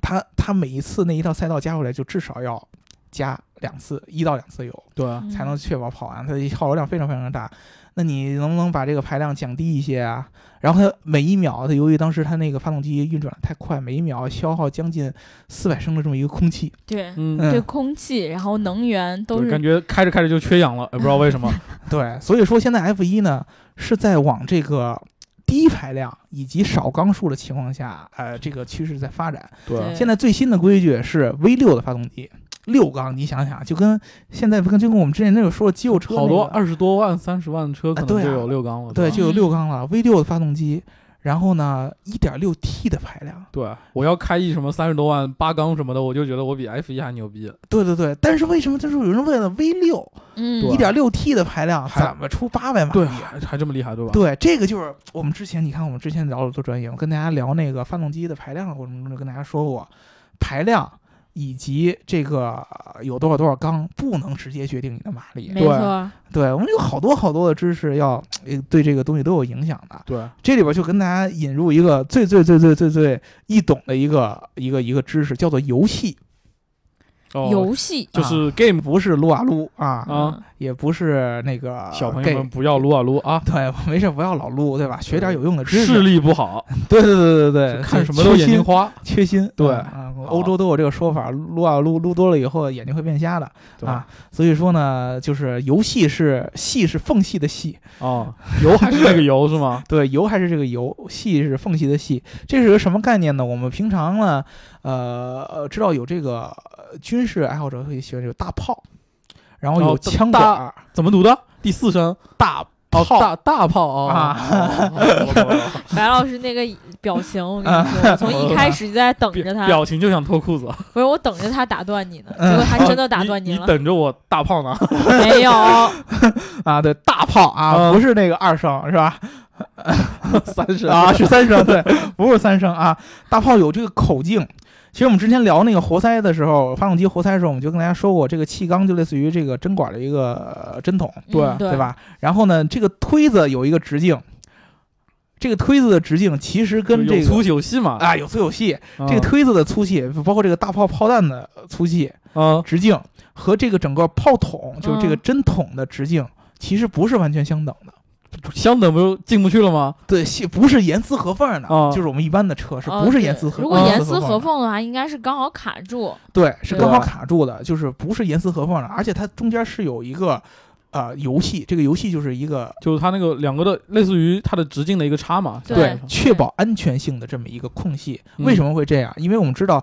B: 它它每一次那一道赛道加回来就至少要加两次，一到两次油，
C: 对
A: 嗯
B: 才能确保跑完，它的耗油量非常非常大。那你能不能把这个排量降低一些啊？然后它每一秒，它由于当时它那个发动机运转的太快，每一秒消耗将近四百升的这么一个空气，
A: 对
C: 嗯，
A: 对
B: 嗯，
A: 空气，然后能源都
C: 对
A: 是
C: 感觉开着开着就缺氧了，也不知道为什 么。
B: 对，所以说现在 F 一呢是在往这个低排量以及少缸数的情况下，呃，这个趋势在发展。
A: 对
B: 现在最新的规矩是 V 六的发动机，六缸，你想想，就跟现在不跟就跟我们之前那个说的肌肉车、
C: 好多二十多万、三十万的车可
B: 啊对
C: 能
B: 啊
C: 就有六缸了。
B: 对，
C: 吧
B: 就有
A: 嗯
B: 六缸了。V 六的发动机，然后呢，一点六 T 的排量，
C: 对，我要开一什么三十多万八缸什么的，我就觉得我比 F 一还牛逼。
B: 对对对。但是为什么就是有人为了 V 六
A: 嗯
B: 一点六 T 的排量
C: 还
B: 怎么出八百马
C: 对，
B: 力？
C: 还还这么厉害，对吧？
B: 对，这个就是我们之前，你看我们之前聊的多专业，我跟大家聊那个发动机的排量的过程中，就跟大家说过，排量以及这个呃有多少多少缸，不能直接决定你的马力。
A: 没错，
B: 对我们有好多好多的知识要呃对这个东西都有影响的。
C: 对，
B: 这里边就跟大家引入一个最最最最最最易懂的一个一个一个知识，叫做游戏，
C: 哦，
A: 游戏嗯
C: 就是 game
B: 不是撸啊撸啊，
C: 啊，
B: 也不是那个
C: 小朋友
B: gay
C: 们不要撸啊撸啊，
B: 对，没事，不要老撸，对吧？学点有用的知识。
C: 视力不好，
B: 对对对对对，
C: 看什么
B: 缺
C: 都眼睛
B: 心
C: 花。
B: 缺心。
C: 对
B: 啊，欧洲都有这个说法，撸啊撸撸多了以后眼睛会变瞎的
C: 对
B: 啊。所以说呢，就是游戏是戏是缝隙的隙，
C: 哦，油还是那个油是吗？
B: 对，游还是这个游，戏是缝隙的隙，这是个什么概念呢？我们平常呢，呃，呃知道有这个呃军事爱好者会喜欢有大炮，然后
C: 哦
B: 有
C: 大
B: 枪管儿、
C: 怎么读的？第四声
B: 大
C: 哦，
B: 炮
C: 大大炮哦
B: 啊
C: 哦哦懂了懂了
A: 白老师那个表情，我
B: 啊
A: 跟你说，我从一开始就在等着
C: 表
A: 他，
C: 表情就想脱裤子，
A: 不是我等着他打断你呢，
B: 嗯
A: 结果
B: 哦
A: 他真的打断
C: 你，
A: 了
C: 你，等着我大炮呢？
A: 没 有，
B: 啊，对，大炮啊，
C: 嗯
B: 不是那个二声是吧？
C: 三声
B: 啊，是三声，对，不是三声啊。大炮有这个口径。其实我们之前聊那个活塞的时候，发动机活塞的时候，我们就跟大家说过，这个气缸就类似于这个针管的一个呃针筒，
A: 对嗯对
B: 对吧？然后呢，这个推子有一个直径，这个推子的直径其实跟
C: 就
B: 这
C: 有粗
B: 个
C: 细有细嘛，
B: 啊有粗有细，
C: 嗯
B: 这个推子的粗细，包括这个大炮炮弹的粗细
C: 嗯
B: 直径和这个整个炮筒，就是这个
A: 嗯
B: 针筒的直径，其实不是完全相等的。
C: 相嗯等不就进不去了吗？
B: 对，细不是严丝合缝的，
C: 哦
B: 就是我们一般的车是
A: 哦
B: 不是
A: 对
B: 严丝合？
A: 如果严丝合
B: 丝的啊
A: 缝的话，应该是刚好卡住，
B: 对，是
A: 对
B: 刚好
C: 吧
B: 卡住的，就是不是严丝合缝的，而且它中间是有一个呃游戏，这个游戏就是一个
C: 就是它那个两个的类似于它的直径的一个差嘛，
A: 对
B: 对确
A: 对
B: 保安全性的这么一个空隙。
C: 嗯
B: 为什么会这样？因为我们知道，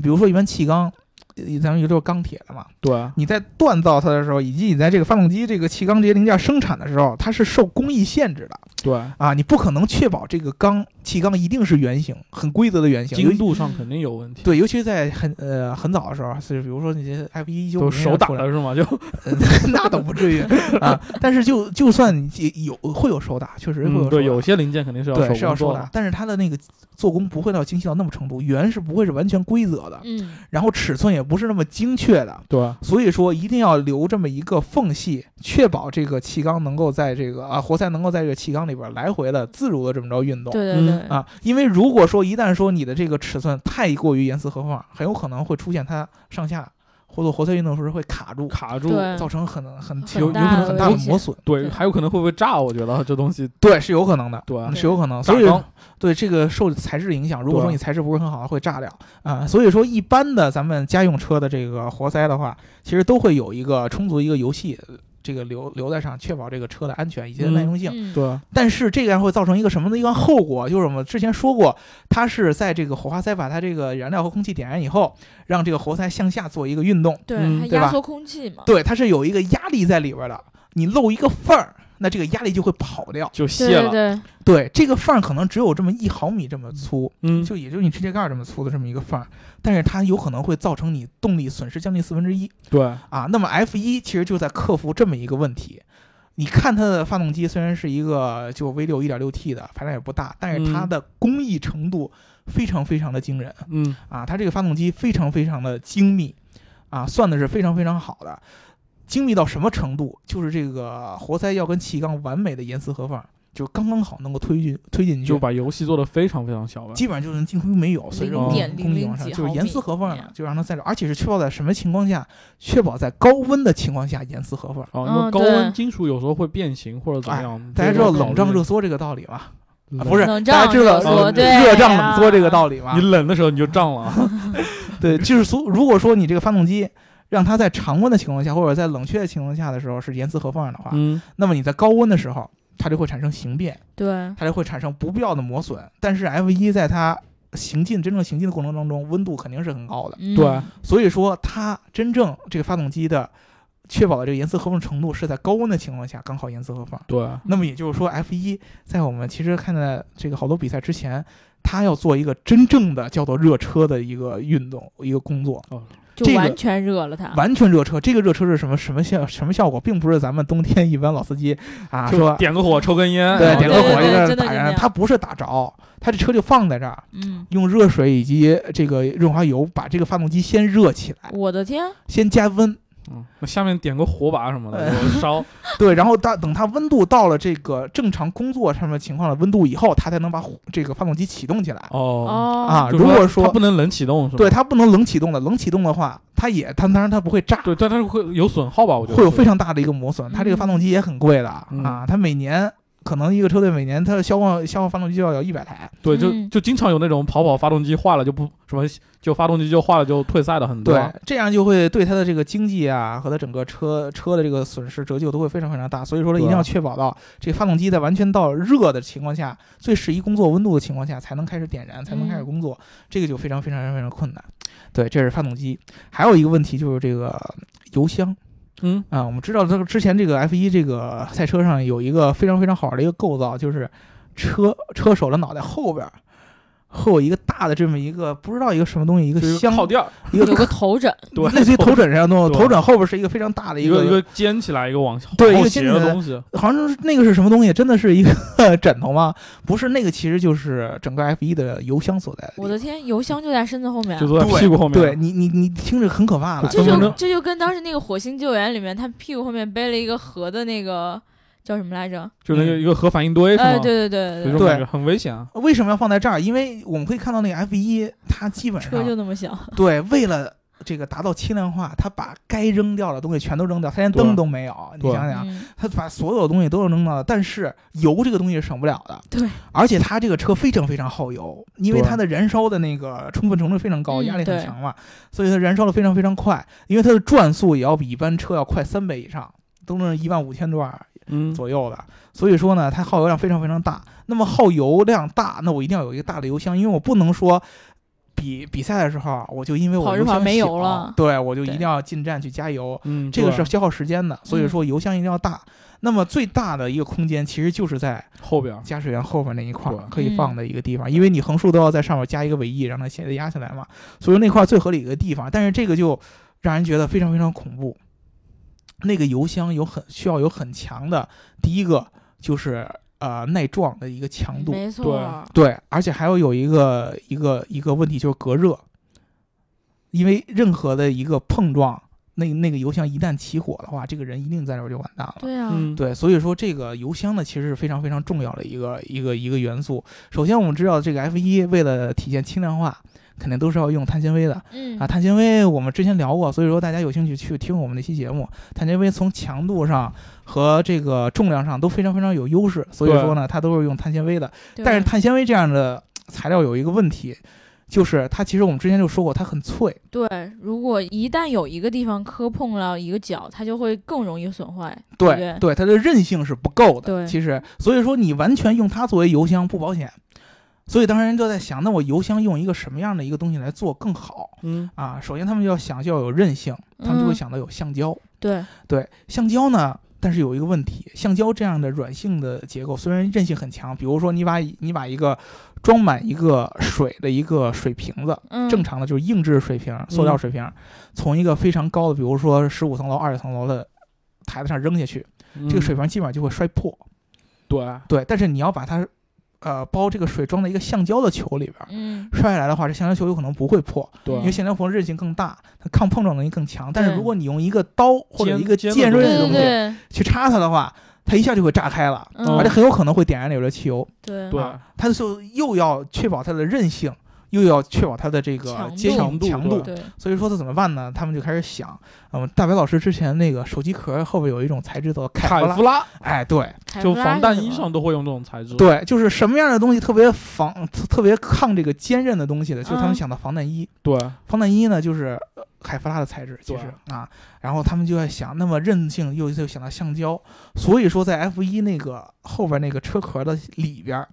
B: 比如说一般气缸，呃咱们一个就是钢铁的嘛，
C: 对啊
B: 你在锻造它的时候，以及你在这个发动机这个气缸这些零件生产的时候，它是受工艺限制的
C: 对，
B: 啊，你不可能确保这个缸气缸一定是圆形，很规则的圆形，尤
C: 精
B: 其
C: 度上肯定有问题。
B: 对，尤其在很呃很早的时候，是比如说那些 F 一九
C: 都手打
B: 的，嗯
C: 了是吗？就
B: 那倒不至于啊。但是就就算你有会有手打，确实会有手
C: 嗯
B: 打、
C: 对，有些零件肯定是要
B: 对
C: 工
B: 是要手
C: 做
B: 打
C: 的，，
B: 但是它的那个做工不会到精细到那么程度，圆是不会是完全规则的，
A: 嗯，
B: 然后尺寸也不是那么精确的。
C: 对啊
B: 所以说，一定要留这么一个缝隙，确保这个气缸能够在这个啊活塞能够在这个气缸里边来回的自如的这么着运动。
A: 对对对，
B: 啊，因为如果说一旦说你的这个尺寸太过于严丝合缝，很有可能会出现它上下或者活塞运动时候会卡住，
C: 卡住，
A: 对
B: 造成很很
A: 很
B: 有有可
A: 大
B: 能
A: 的
B: 很大的
A: 危
B: 磨
A: 险
B: 损，
C: 对，
A: 对
C: 还有可能会不会炸？我觉得这东西
B: 对，是有可能的。
C: 对
B: 嗯是有可能，所
C: 炸
B: 以
C: 缸
B: 对这个受材质影响，如果说
C: 对
B: 你材质不是很好，会炸掉啊、所以说，一般的咱们家用车的这个活塞的话，其实都会有一个充足一个游戏，呃这个留留在上，确保这个车的安全以及它的耐
C: 嗯
B: 用性。
A: 嗯，
C: 对
B: 但是这样会造成一个什么的一个后果？就是我们之前说过，它是在这个火花塞把它这个燃料和空气点燃以后，让这个活塞向下做一个运动。
A: 对，
C: 嗯
A: 还
B: 对
A: 压
B: 吧
A: 缩空气嘛，
B: 对，它是有一个压力在里边的。你漏一个缝儿，那这个压力就会跑掉。
C: 就
A: 对
C: 泄
A: 对
C: 了，
A: 对，
B: 对，这个缝儿可能只有这么一毫米这么粗，
C: 嗯，
B: 就也就是你指甲盖儿这么粗的这么一个缝儿，但是它有可能会造成你动力损失将近四分之一
C: 对
B: 啊。那么 F 一其实就在克服这么一个问题。你看它的发动机虽然是一个就 V 六一点六 T 的排量也不大，但是它
C: 嗯
B: 的工艺程度非常非常的惊人
C: 嗯，
B: 啊！它这个发动机非常非常的精密啊，算的是非常非常好的，精密到什么程度？就是这个活塞要跟气缸完美的严丝合缝，就刚刚好能够推进推进去，
C: 就把游戏做得非常非常小吧。
B: 基本上就是几乎没有，随着
C: 0.00
B: 功功率往上，
A: 几
B: 就是
A: 毫
B: 严
A: 米
B: 丝合缝
A: 那
B: 的
A: 样，
B: 就让它在这，而且是确保在什么情况下？确保在高温的情况下严丝合缝。
C: 哦，因为
A: 嗯
C: 高
A: 对
C: 温金属有时候会变形或者怎么样，
B: 哎大家知
C: 这个
B: 道
C: 要考
B: 冷胀
C: 虑
B: 热缩这个道理吗？啊
C: 冷
B: 不是，
A: 冷
B: 大家
A: 胀
B: 知道
A: 热缩
B: 呃
A: 对
B: 热胀冷缩这个
A: 啊
B: 道理吗
C: 你？冷的时候你就胀了，
B: 对，就是所如果说你这个发动机让它在常温的情况下，或者在冷却的情况下的时候是严丝合缝的话，
C: 嗯，
B: 那么你在高温的时候，它就会产生形变，
A: 对，
B: 它就会产生不必要的磨损。但是 F 一在它行进真正行进的过程当中，温度肯定是很高的，
A: 嗯
C: 对
B: 所以说它真正这个发动机的确保的这个严丝合缝程度是在高温的情况下刚好严丝合缝。
C: 对，
B: 那么也就是说，F 一在我们其实看的这个好多比赛之前，它要做一个真正的叫做热车的一个运动一个工作，这
A: 就
B: 个
A: 完全热了它。
B: 完全热车。这个热车是什么什么效什么效果，并不是咱们冬天一般老司机啊
C: 就
B: 说
C: 点个火抽根烟，
B: 对
C: 然后
B: 点个
A: 对
B: 火
A: 对
B: 一
A: 对
B: 个
A: 真的
B: 打
A: 是
B: 燃
A: 这，样
B: 它不是打着，它这车就放在这儿，
A: 嗯，
B: 用热水以及这个润滑油把这个发动机先热起来，
A: 我的天，
B: 先加温，
C: 嗯，那下面点个火把什么的，
B: 哎
C: 就烧，
B: 对，然后它等它温度到了这个正常工作上面情况的温度以后，它才能把火这个发动机启动起来。
C: 哦，
A: 哦
B: 啊，
C: 就
B: 如果
C: 它它
B: 说
C: 不能冷启动是吧？
B: 对它不能冷启动的，冷启动的话，它也它当然它不会炸，
C: 对，但它会有损耗吧？我觉得
B: 会有
C: 是
B: 非常大的一个磨损。它这个发动机也很贵的、
C: 嗯
B: 啊，它每年可能一个车队每年它的消耗消耗发动机就要有一百台。
C: 对，就
A: 嗯
C: 就经常有那种跑跑发动机坏了就不什么，就发动机就坏了就退赛的很多。
B: 对，这样就会对它的这个经济啊和它整个车车的这个损失折旧都会非常非常大。所以说呢，
C: 对啊
B: 一定要确保到这个发动机在完全到热的情况下，最适宜工作温度的情况下，才能开始点燃，才能开始工作。这个就非常非常非常困难。对，这是发动机。还有一个问题就是这个油箱。
C: 嗯，
B: 啊，我们知道这个之前这个 F 一这个赛车上有一个非常非常好的一个构造，就是车车手的脑袋后边儿会有一个大的这么一个不知道一个什么东西，一个
C: 就是
B: 箱
C: 靠，垫儿，
B: 一
A: 有
B: 个
A: 个 头枕，
C: 对，
B: 类 似于头枕上的东西，
C: 对
B: 头枕后边是一个非常大的
C: 一
B: 个
C: 个一个尖起来，一个往后
B: 对一个
C: 斜
B: 尖起来
C: 的东西，
B: 好像是那个是什么东西？真的是一个 枕头吗？不是，那个其实就是整个 F 一的油箱所在的地方。
A: 我的天，油箱就在身子后面啊啊
C: 就。坐在
B: 对
C: 屁股后面。
B: 哎对你，你你听着很可怕的，
A: 这
C: 分分
A: 就
C: 钟
A: 这就跟当时那个《火星救援》里面，他屁股后面背了一个核的那个叫什么来着？
C: 就那个一个核反应堆是吗？
A: 哎，对对对
C: 有
A: 对对，
C: 这种
B: 对
C: 感觉很危险啊。
B: 为什么要放在这儿？因为我们可以看到那个 F 一，它基本上
A: 车就那么小，
B: 对，为了这个达到轻量化，他把该扔掉的东西全都扔掉，他连
C: 对
B: 灯都没有。你
C: 对
B: 想想，
A: 嗯，
B: 他把所有的东西都扔掉了，但是油这个东西是省不了的。
A: 对，
B: 而且他这个车非常非常耗油，因为
C: 对
B: 它的燃烧的那个充分程度非常高，
A: 嗯
B: 压力很
A: 对
B: 强嘛，所以它燃烧的非常非常快，因为它的转速也要比一般车要快三倍以上，都是一万五千转
C: 嗯，
B: 左右的，所以说呢，它耗油量非常非常大。那么耗油量大，那我一定要有一个大的油箱，因为我不能说比比赛的时候啊我就因为
A: 跑
B: 我
A: 着
B: 油
A: 跑
B: 箱
A: 没
B: 小
A: 油了
B: 对我就一
A: 对
B: 定要进站去加油，
C: 嗯，
B: 这个是
C: 对
B: 消耗时间的。所以
A: 嗯
B: 说油箱一定要大。那么最大的一个空间其实就是在
C: 后边儿
B: 驾驶员后面那一块儿
C: 对嗯
B: 可以放的一个地方，因为你横竖都要在上面加一个尾翼，让它斜的压下来嘛，所以那块儿最合理的一个地方。但是这个就让人觉得非常非常恐怖。那个油箱有很需要有很强的，第一个就是呃耐撞的一个强度，
A: 没错，
B: 对，而且还要有一个一个一个问题就是隔热，因为任何的一个碰撞，那那个油箱一旦起火的话，这个人一定在这儿就完蛋了。
A: 对啊，
C: 嗯，
B: 对，所以说这个油箱呢，其实是非常非常重要的一个一个一个元素。首先，我们知道这个 F 一为了体现轻量化，肯定都是要用碳纤维的
A: 嗯
B: 啊。碳纤维我们之前聊过，所以说大家有兴趣去听我们那期节目。碳纤维从强度上和这个重量上都非常非常有优势，所以
C: 对
B: 说呢，它都是用碳纤维的。
A: 对啊
B: 但是碳纤维这样的材料有一个问题，就是它其实我们之前就说过，它很脆。
A: 对，如果一旦有一个地方磕碰了一个角，它就会更容易损坏。不
B: 对对，它的韧性是不够的。
A: 对
B: 其实所以说你完全用它作为油箱不保险。所以当时人就在想，那我油箱用一个什么样的一个东西来做更好
C: 嗯，
B: 啊？首先他们就要想就要有韧性，他们就会
A: 嗯
B: 想到有橡胶。
A: 对，
B: 对，橡胶呢，但是有一个问题，橡胶这样的软性的结构虽然韧性很强，比如说你把你把一个装满一个水的一个水瓶子，
A: 嗯，
B: 正常的就是硬质水瓶、
C: 嗯
B: 塑料水瓶，从一个非常高的，比如说十五层楼、二十层楼的台子上扔下去，
C: 嗯
B: 这个水瓶基本上就会摔破。
C: 对
B: 对，但是你要把它，呃，包这个水装在一个橡胶的球里边儿，
A: 嗯，
B: 摔下来的话，这橡胶球有可能不会破，因为
C: 对
B: 橡胶球韧性更大，它抗碰撞能力更强。但是
A: 对
B: 如果你用一个刀或者
C: 尖
B: 一个
C: 尖的
B: 尖锐
A: 对
B: 的
C: 东西
A: 对
B: 东西
A: 对，
B: 去插它的话，它一下就会炸开了，
A: 嗯
B: 而且很有可能会点燃里边的汽油。
A: 对
C: 对
B: 啊它就又要确保它的韧性，又要确保它的这个
A: 强
B: 坚硬
C: 度
B: 强度
C: 对。
A: 对
B: 所以说它怎么办呢？他们就开始想，嗯，大白老师之前那个手机壳后边有一种材质叫凯
C: 凯
B: 夫拉，
C: 夫拉
B: 哎，对
C: 就防弹衣上都会用这种材质。，
B: 对，就是什么样的东西特别防、特特别抗这个坚韧的东西的，就是他
A: 嗯
B: 们想到防弹衣。
C: 对
B: 防弹衣呢，就是呃凯夫拉的材质，其
C: 对
B: 实啊，然后他们就在想，那么韧性又就想到橡胶，所以说在 F 一那个后边那个车壳的里边儿，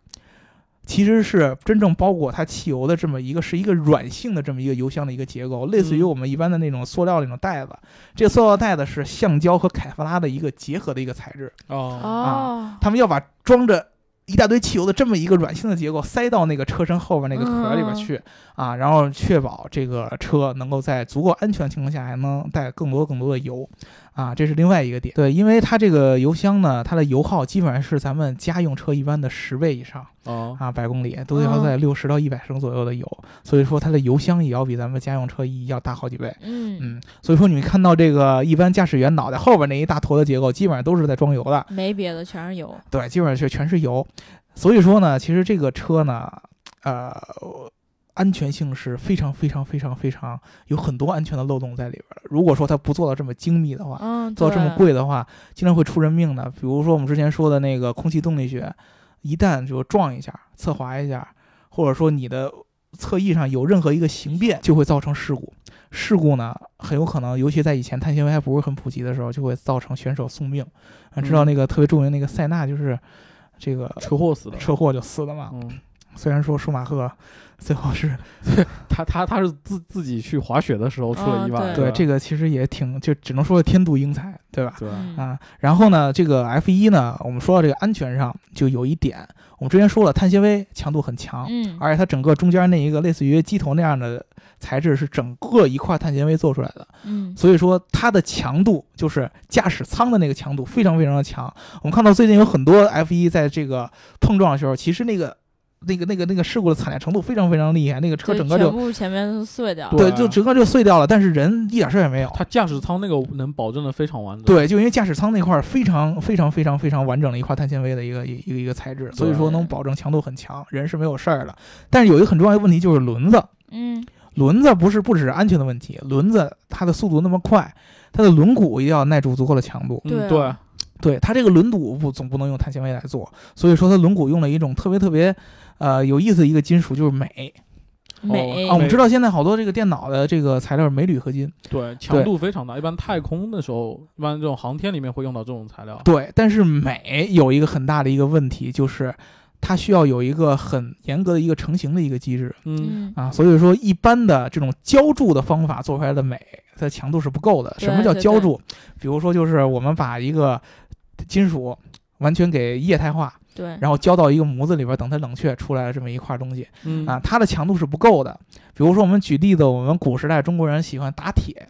B: 其实是真正包裹它汽油的这么一个是一个软性的这么一个油箱的一个结构，类似于
C: 嗯
B: 我们一般的那种塑料那种袋子，这个塑料袋子是橡胶和凯夫拉的一个结合的一个材质，
C: 哦，
A: 哦
B: 啊，他们要把装着一大堆汽油的这么一个软性的结构塞到那个车身后边那个壳里边去、啊，然后确保这个车能够在足够安全的情况下还能带更多更多的油啊，这是另外一个点。对，因为它这个油箱呢，它的油耗基本上是咱们家用车一般的十倍以上
C: 哦，
B: 啊，百公里都要在六十到一百升左右的油，所以说它的油箱也要比咱们家用车要大好几倍。
A: 嗯，
B: 嗯，所以说你看到这个一般驾驶员脑袋后边那一大坨的结构，基本上都是在装油的。
A: 没别的，全是油。
B: 对，基本上是全是油。所以说呢，其实这个车呢，呃，安全性是非常非常非常非常有很多安全的漏洞在里边儿。如果说它不做到这么精密的话，
A: 嗯，
B: 做到这么
A: 对，
B: 贵的话，经常会出人命的。比如说我们之前说的那个空气动力学，一旦就撞一下、侧滑一下，或者说你的侧翼上有任何一个形变，就会造成事故。事故呢，很有可能，尤其在以前碳纤维还不是很普及的时候，就会造成选手送命。啊，知道那个特别著名那个塞纳就是这个
C: 车祸死的。
B: 车祸就死了嘛。
C: 嗯，
B: 虽然说舒马赫最后是
C: 他他他是自自己去滑雪的时候出了意外
A: 哦。
B: 对
C: 吧
B: 这个其实也挺就只能说是天妒英才，对吧？
C: 对
A: 嗯
B: 啊，然后呢，这个 F 一呢，我们说到这个安全上，就有一点，我们之前说了，碳纤维强度很强，
A: 嗯，
B: 而且它整个中间那一个类似于机头那样的材质是整个一块碳纤维做出来的，
A: 嗯
B: 所以说它的强度就是驾驶舱的那个强度非常非常的强。我们看到最近有很多 F 一在这个碰撞的时候，其实那个那个那个那个事故的惨烈程度非常非常厉害，那个车
A: 对
B: 整个
A: 全
B: 就
A: 部前面都碎掉了。
B: 对
C: 对
B: 就整个就碎掉了，但是人一点事儿也没有。
C: 他驾驶舱那个能保证的非常完整。
B: 对，就因为驾驶舱那块儿非常非常非常非常完整的一块碳纤维的一个一一个一个材质，所以说能保证强度很强，人是没有事儿的。但是有一个很重要的问题就是轮子，
A: 嗯，
B: 轮子不是不只是安全的问题，轮子它的速度那么快，它的轮毂也要耐住足够的强度。
A: 对
C: 嗯
A: 啊
C: 对，
B: 对它这个轮毂不总不能用碳纤维来做，所以说它轮毂用了一种特别特别。呃，有意思的一个金属就是镁
A: 美
B: 啊，我们
C: 镁
B: 知道现在好多这个电脑的这个材料是镁铝合金，
C: 对，强度非常大。一般太空的时候，一般这种航天里面会用到这种材料。
B: 对，但是镁有一个很大的一个问题，就是它需要有一个很严格的一个成型的一个机制
C: 嗯，
A: 嗯，
B: 啊，所以说一般的这种浇筑的方法做出来的镁，它的强度是不够的。什么
A: 对
B: 叫
A: 对
B: 浇
A: 对
B: 筑？比如说就是我们把一个金属完全给液态化，
A: 对，
B: 然后浇到一个模子里边，等它冷却出来了这么一块东西
C: 嗯
B: 啊，它的强度是不够的。比如说我们举例子，我们古时代中国人喜欢打铁。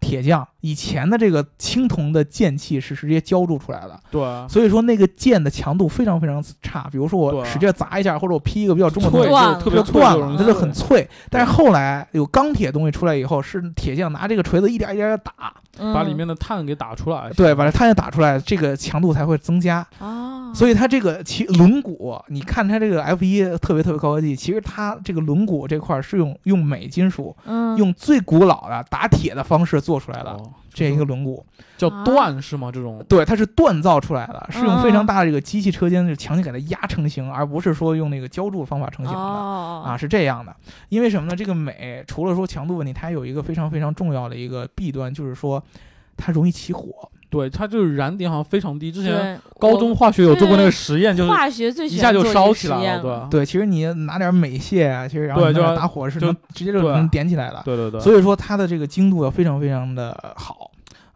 B: 铁匠以前的这个青铜的剑器是直接浇筑出来的，
C: 对啊，
B: 所以说那个剑的强度非常非常差。比如说
C: 对
B: 我
C: 啊
B: 使劲砸一下，或者我劈一个比较重的东
C: 脆
B: 西，
A: 断
C: 就
A: 了
C: 特
B: 它
C: 别
B: 就
C: 脆
B: 断
C: 这种
B: 了，
C: 东
B: 它
C: 西，
B: 就
A: 嗯
B: 很脆。但是后来有钢铁东西出来以后，是铁匠拿这个锤子一点一点地打，
C: 把
A: 嗯
C: 里面的碳给打出来。
B: 对，把这碳液打出来，这个强度才会增加。
C: 嗯
A: 哦，
B: 所以它这个其轮毂，你看它这个 F 一特别特别高科技，其实它这个轮毂这块儿是用用镁金属，
A: 嗯
B: 用最古老的打铁的方式做出来的
C: 哦
B: 这样一个轮毂。
C: 叫
A: 啊
C: 锻是吗？这种
B: 对，它是锻造出来的，是用非
A: 嗯
B: 常大的这个机器车间就强行给它压成型，而不是说用那个浇筑方法成型的。
A: 哦
B: 啊，，是这样的，因为什么呢？这个镁除了说强度问题，它有一个非常非常重要的一个弊端，就是说它容易起火。
C: 对，它就是燃点好像非常低。之前
A: 对
C: 高
A: 我
C: 中化学有做过那
A: 对
C: 个实验，就是
A: 化学最
C: 一
A: 喜
C: 下
A: 欢
C: 就
A: 做
C: 烧
A: 这个
C: 起
A: 实
C: 来
A: 验
C: 了，对啊吧
B: 对，其实你拿点镁屑啊，其实然后
C: 对
B: 你
C: 就
B: 拿点
C: 要
B: 打火是
C: 就
B: 能直接就
C: 对
B: 能点起来的。
C: 对对对，
B: 所以说它的这个精度要非常非常的好。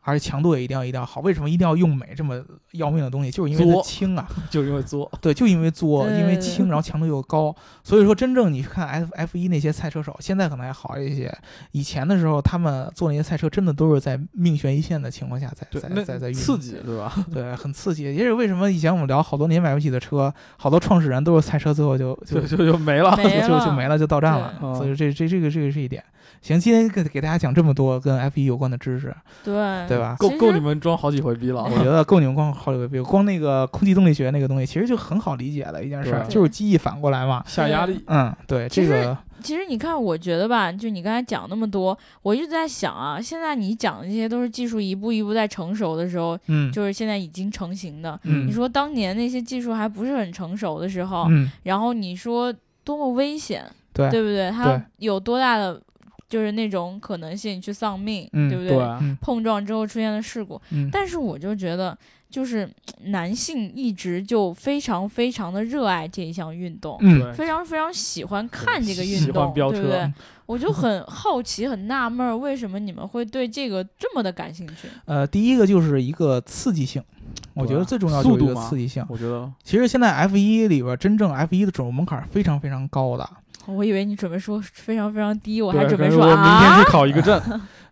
B: 而且强度也一定要一定要好，为什么一定要用镁这么要命的东西？就是因为它
C: 作
B: 轻啊，
C: 就是因为作
B: 对，就因为作，
A: 对
B: 因为
A: 对
B: 轻，然后强度又高，所以说真正你看 F F 一那些赛车手，现在可能还好一些，以前的时候他们做那些赛车，真的都是在命悬一线的情况下在
C: 对
B: 在
C: 那
B: 在在运
C: 刺
B: 动，
C: 激对吧？
B: 对，很刺激。也是为什么以前我们聊好多年买不起的车，好多创始人都是赛车最后就就
C: 就 嗯就就没了。
A: 没
B: 啊 就就
A: 了
B: 没了，就到站了。
C: 对
B: 所以这这这个这个是一点。行，今天给给大家讲这么多跟 F 一有关的知识，
A: 对
B: 对对吧？
C: 够
A: 其实
C: 够你们装好几回逼了啊。
B: 我觉得够你们光好几个，比如光那个空气动力学那个东西，其实就很好理解的一件事儿，
C: 对
B: 就是记忆反过来嘛。
C: 下压力，
B: 嗯，对，
A: 其
B: 这
A: 实
B: 个
A: 其实你看，我觉得吧，就你刚才讲那么多，我一直在想啊，现在你讲的这些都是技术一步一步在成熟的时候，
B: 嗯
A: 就是现在已经成型的。
B: 嗯
A: 你说当年那些技术还不是很成熟的时候，
B: 嗯，
A: 然后你说多么危险，
B: 对
A: 对不对？
B: 对
A: 它有多大的就是那种可能性去丧命，
B: 嗯
A: 对不
C: 对，啊
A: 碰撞之后出现的事故，
B: 嗯
A: 但是我就觉得，就是男性一直就非常非常的热爱这一项运动。
B: 嗯
A: 非常非常喜欢看这个
C: 喜
A: 运
C: 欢
A: 动，
C: 飙
A: 对不
C: 车
A: 对？我就很好奇，很纳闷儿，为什么你们会对这个这么的感兴趣？
B: 呃，第一个就是一个刺激性，我觉得
C: 对啊
B: 最重要
C: 速
B: 就是
C: 度
B: 一个
C: 嘛
B: 刺激性。
C: 我觉得
B: 其实现在 F 一里边真正 F 一的准入门槛非常非常高的，
A: 我以为你准备说非常非常低，我还
C: 对
A: 准备
C: 可是
A: 说
C: 我明天
A: 啊，
C: 去考一个 证，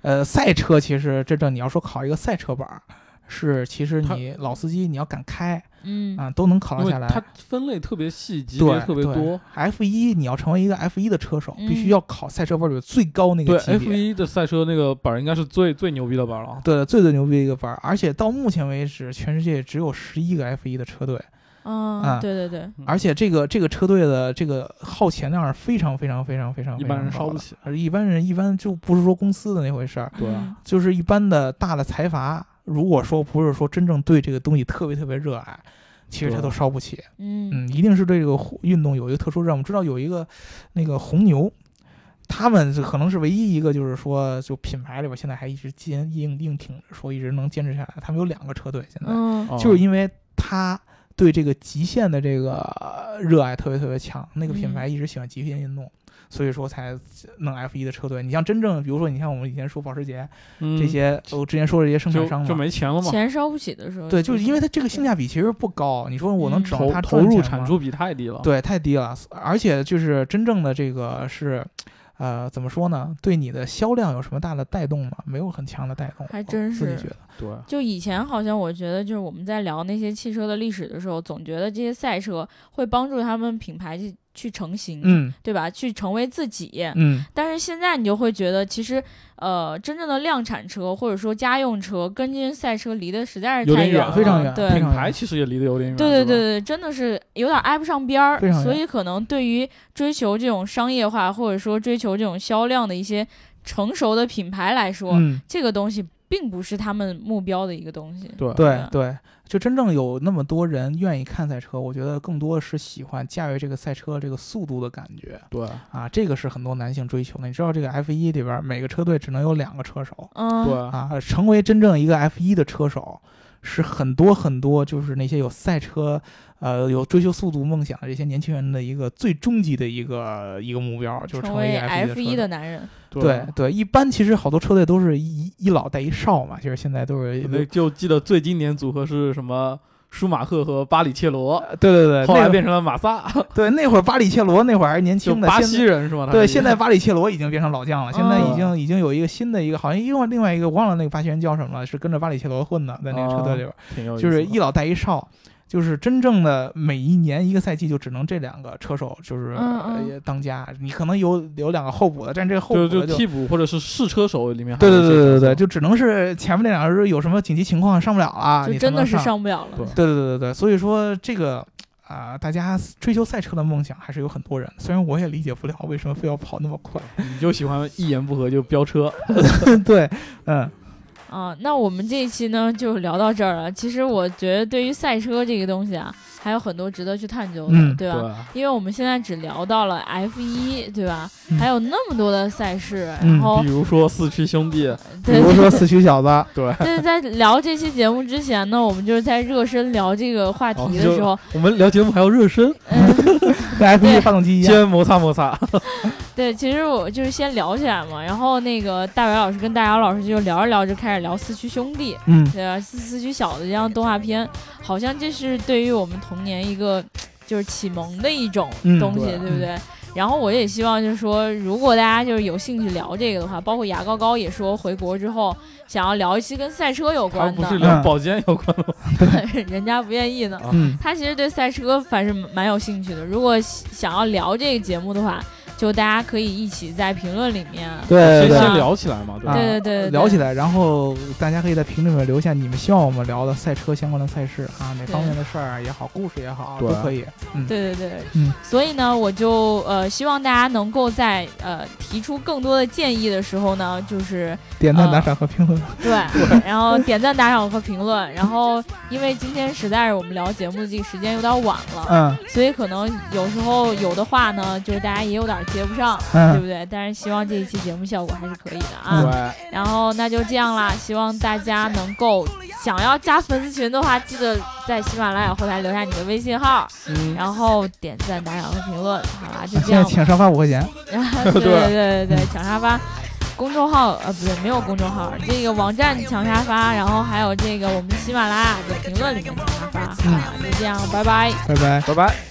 B: 呃，赛车其实真正你要说考一个赛车板儿，是其实你老司机你要敢开
A: 嗯
B: 啊、都能考
C: 因
B: 得
C: 为
B: 下来。
C: 它分类特别细，级别
B: 对，
C: 特别
B: 对
C: 多。。
B: F 一你要成为一个 F 一的车手，必须
A: 嗯
B: 要考赛车班里最高那
C: 对
B: 个级
C: F
B: 别。
C: 一的赛车那个板儿应该是最最牛逼的板儿了啊。
B: 对，最最牛逼的一个班儿，而且到目前为止，全世界只有十一个 F 一的车队，
A: 嗯，
B: 啊
A: 对对对，
C: 嗯
B: 而且这个这个车队的这个耗钱量是非常非常非常非常
C: 一般人
B: 非常高
C: 烧不
B: 的
C: 起，
B: 而一般人一般就不是说公司的那回事儿，
C: 对
A: 嗯
C: 啊
B: 就是一般的大的财阀，如果说不是说真正对这个东西特别特别热爱，其实他
C: 对
B: 都烧不起。
A: 嗯
B: 嗯，一定是对这个户运动有一个特殊热爱。我们知道有一个那个红牛，他们是可能是唯一一个就是说就品牌里边现在还一直坚硬硬挺着说一直能坚持下来。他们有两个车队现在，
A: 嗯
C: 哦
B: 就是因为他对这个极限的这个呃热爱特别特别强，那个品牌一直喜欢极限运动。所以说才弄 F 一的车队，你像真正，比如说你像我们以前说保时捷
C: 嗯
B: 这些，我之前说的这些生产商嘛，
C: 就就没钱了嘛，
A: 钱烧不起的时候，
B: 对，就是因为它这
A: 对
B: 个性价比其实不高，你说我能
A: 嗯
B: 指望
C: 投
B: 它
C: 投
B: 赚
C: 入
B: 钱
C: 产
B: 吗
C: 出比太低
A: 啊
C: 了。
B: 对，太低了，而且就是真正的这个是，呃，怎么说呢？对你的销量有什么大的带动吗？没有很强的带动，
A: 还
B: 我
A: 真
B: 自己
A: 是
B: 觉得，
C: 对，
A: 就以前好像我觉得，就是我们在聊那些汽车的历史的时候，总觉得这些赛车会帮助他们品牌去去成型，
B: 嗯
A: 对吧？去成为自己。
B: 嗯，
A: 但是现在你就会觉得，其实呃，真正的量产车或者说家用车跟这些赛车离得实在是
C: 有
A: 太
C: 点远
A: 了，
B: 非常远
A: 对，
B: 非
C: 品
B: 常
C: 牌其实也离得有点远。
A: 对对对
C: 吧，
A: 对，真的是有点挨不上边儿
B: 非，常
A: 所
B: 远
A: 以可能对于追求这种商业化或者说追求这种销量的一些成熟的品牌来说，
B: 嗯，
A: 这个东西并不是他们目标的一个东西。
C: 对
B: 对
A: 吧
B: 对，就真正有那么多人愿意看赛车，我觉得更多的是喜欢驾驭这个赛车这个速度的感觉
C: 对
B: 啊，这个是很多男性追求的。你知道这个 F 一里边每个车队只能有两个车手
A: 嗯，
C: 对，
B: 啊，成为真正一个 F 一的车手。是很多很多，就是那些有赛车，呃，有追求速度梦想的这些年轻人的一个最终极的一个一个目标，就是
A: 成
B: 成为一
A: 为
B: 个 F
A: F
B: 一
A: 一
B: 车
A: 的
B: 手。
A: 男人，
B: 对
C: 啊
B: 对，一般其实好多车队都是一一老带一少嘛，其实现在都是
C: 那就记得最经典组合是什么？舒马赫和巴里切罗，
B: 呃对对对，
C: 后
B: 那
C: 来
B: 个
C: 变成了马萨，
B: 对，那会儿巴里切罗那会儿还是年
C: 就
B: 轻的，
C: 巴
B: 现
C: 西
B: 在
C: 人是吗？他
B: 对，
C: 是
B: 现在巴里切罗已经变成老将了，现在
A: 哦
B: 已
C: 嗯
B: 经已经有一个新的一个，好像另外另外一个忘了那个巴西人叫什么了，是跟着巴里切罗混的，在那个车队里边，
C: 挺有意思
B: 就
C: 的
B: 是一老带一少。就是真正的每一年一个赛季就只能这两个车手就是、
A: 嗯嗯
B: 呃当家，你可能有有两个候补的，但这个候补
C: 就
B: 的
C: 是就替补或者是试车手里面还
B: 对
C: 有
B: 对
C: 一些角色，
B: 对对对，就只能是前面那两个人有什么紧急情况上不了了，
A: 就
B: 啊你才
A: 真的
B: 能
A: 是上不了了
C: 对。
B: 对对对对对，所以说这个啊、大家追求赛车的梦想还是有很多人。虽然我也理解不了为什么非要跑那么快。
C: 你就喜欢一言不合就飙车，
B: 对，嗯
A: 啊，那我们这一期呢就聊到这儿了。其实我觉得对于赛车这个东西啊，还有很多值得去探究的，
B: 嗯
A: 对吧？啊
C: 对
A: 因为我们现在只聊到了 F 一，对吧？
B: 嗯
A: 还有那么多的赛事，
B: 嗯
A: 然后
C: 比如说四驱兄弟，
B: 比
A: 对
B: 如说四驱小子，
C: 对，
A: 对，在聊这期节目之前呢，我们就是在热身聊这个话
B: 哦
A: 题的时候，
C: 我们聊节目还要热身，
A: 嗯，
B: 跟 F 一发动机一样。
C: 先摩擦摩擦，
A: 对，其实我就是先聊起来嘛，然后那个大伟老师跟大姚老师就聊着聊着开始聊四驱兄弟，
B: 嗯，
A: 对啊，四四驱小子这样动画片，好像这是对于我们童年一个就是启蒙的一种
B: 嗯
A: 东西，
B: 对
A: 对不对？然后我也希望就是说，如果大家就是有兴趣聊这个的话，包括牙膏膏也说回国之后想要聊一期跟赛车有
C: 他
A: 关
C: 不是
A: 的，
C: 聊保监有关的吗，
A: 人家不愿意呢。
B: 嗯，
A: 他其实对赛车反正蛮有兴趣的。如果想要聊这个节目的话，就大家可以一起在评论里面，
C: 先
D: 对对
A: 对嗯
C: 先聊起来嘛，对吧
B: 啊？
A: 对对对对
B: 聊起来，然后大家可以在评论里面留下你们希望我们聊的赛车相关的赛事啊，哪方面的事儿也好，故事也好，
C: 对
B: 都可以。嗯，
A: 对对对，
B: 嗯
A: 所以呢，我就呃希望大家能够在呃提出更多的建议的时候呢，就是
B: 点赞、
A: 啊
B: 打赏和评论。
A: 对，然后点赞、打赏和评论。然 后，因为今天实在是我们聊节目的这个时间有点晚了，
B: 嗯
A: 所以可能有时候有的话呢，就是大家也有点接不上，对
B: 嗯，
A: 不对？但是希望这一期节目效果还是可以的啊。
C: 对，
A: 然后那就这样啦，希望大家能够想要加粉丝群的话，记得在喜马拉雅后台留下你的微信号，
C: 嗯，
A: 然后点赞、打赏和评论。好啦，就这
B: 现在
A: 样吧。
B: 请上发五块钱。
A: 对对对对对，抢沙发。公众号呃不对，没有公众号，这个网站抢沙发，然后还有这个我们喜马拉雅的评论里面抢沙发，好啦，就这样，拜拜。
B: 拜拜。
C: 拜拜。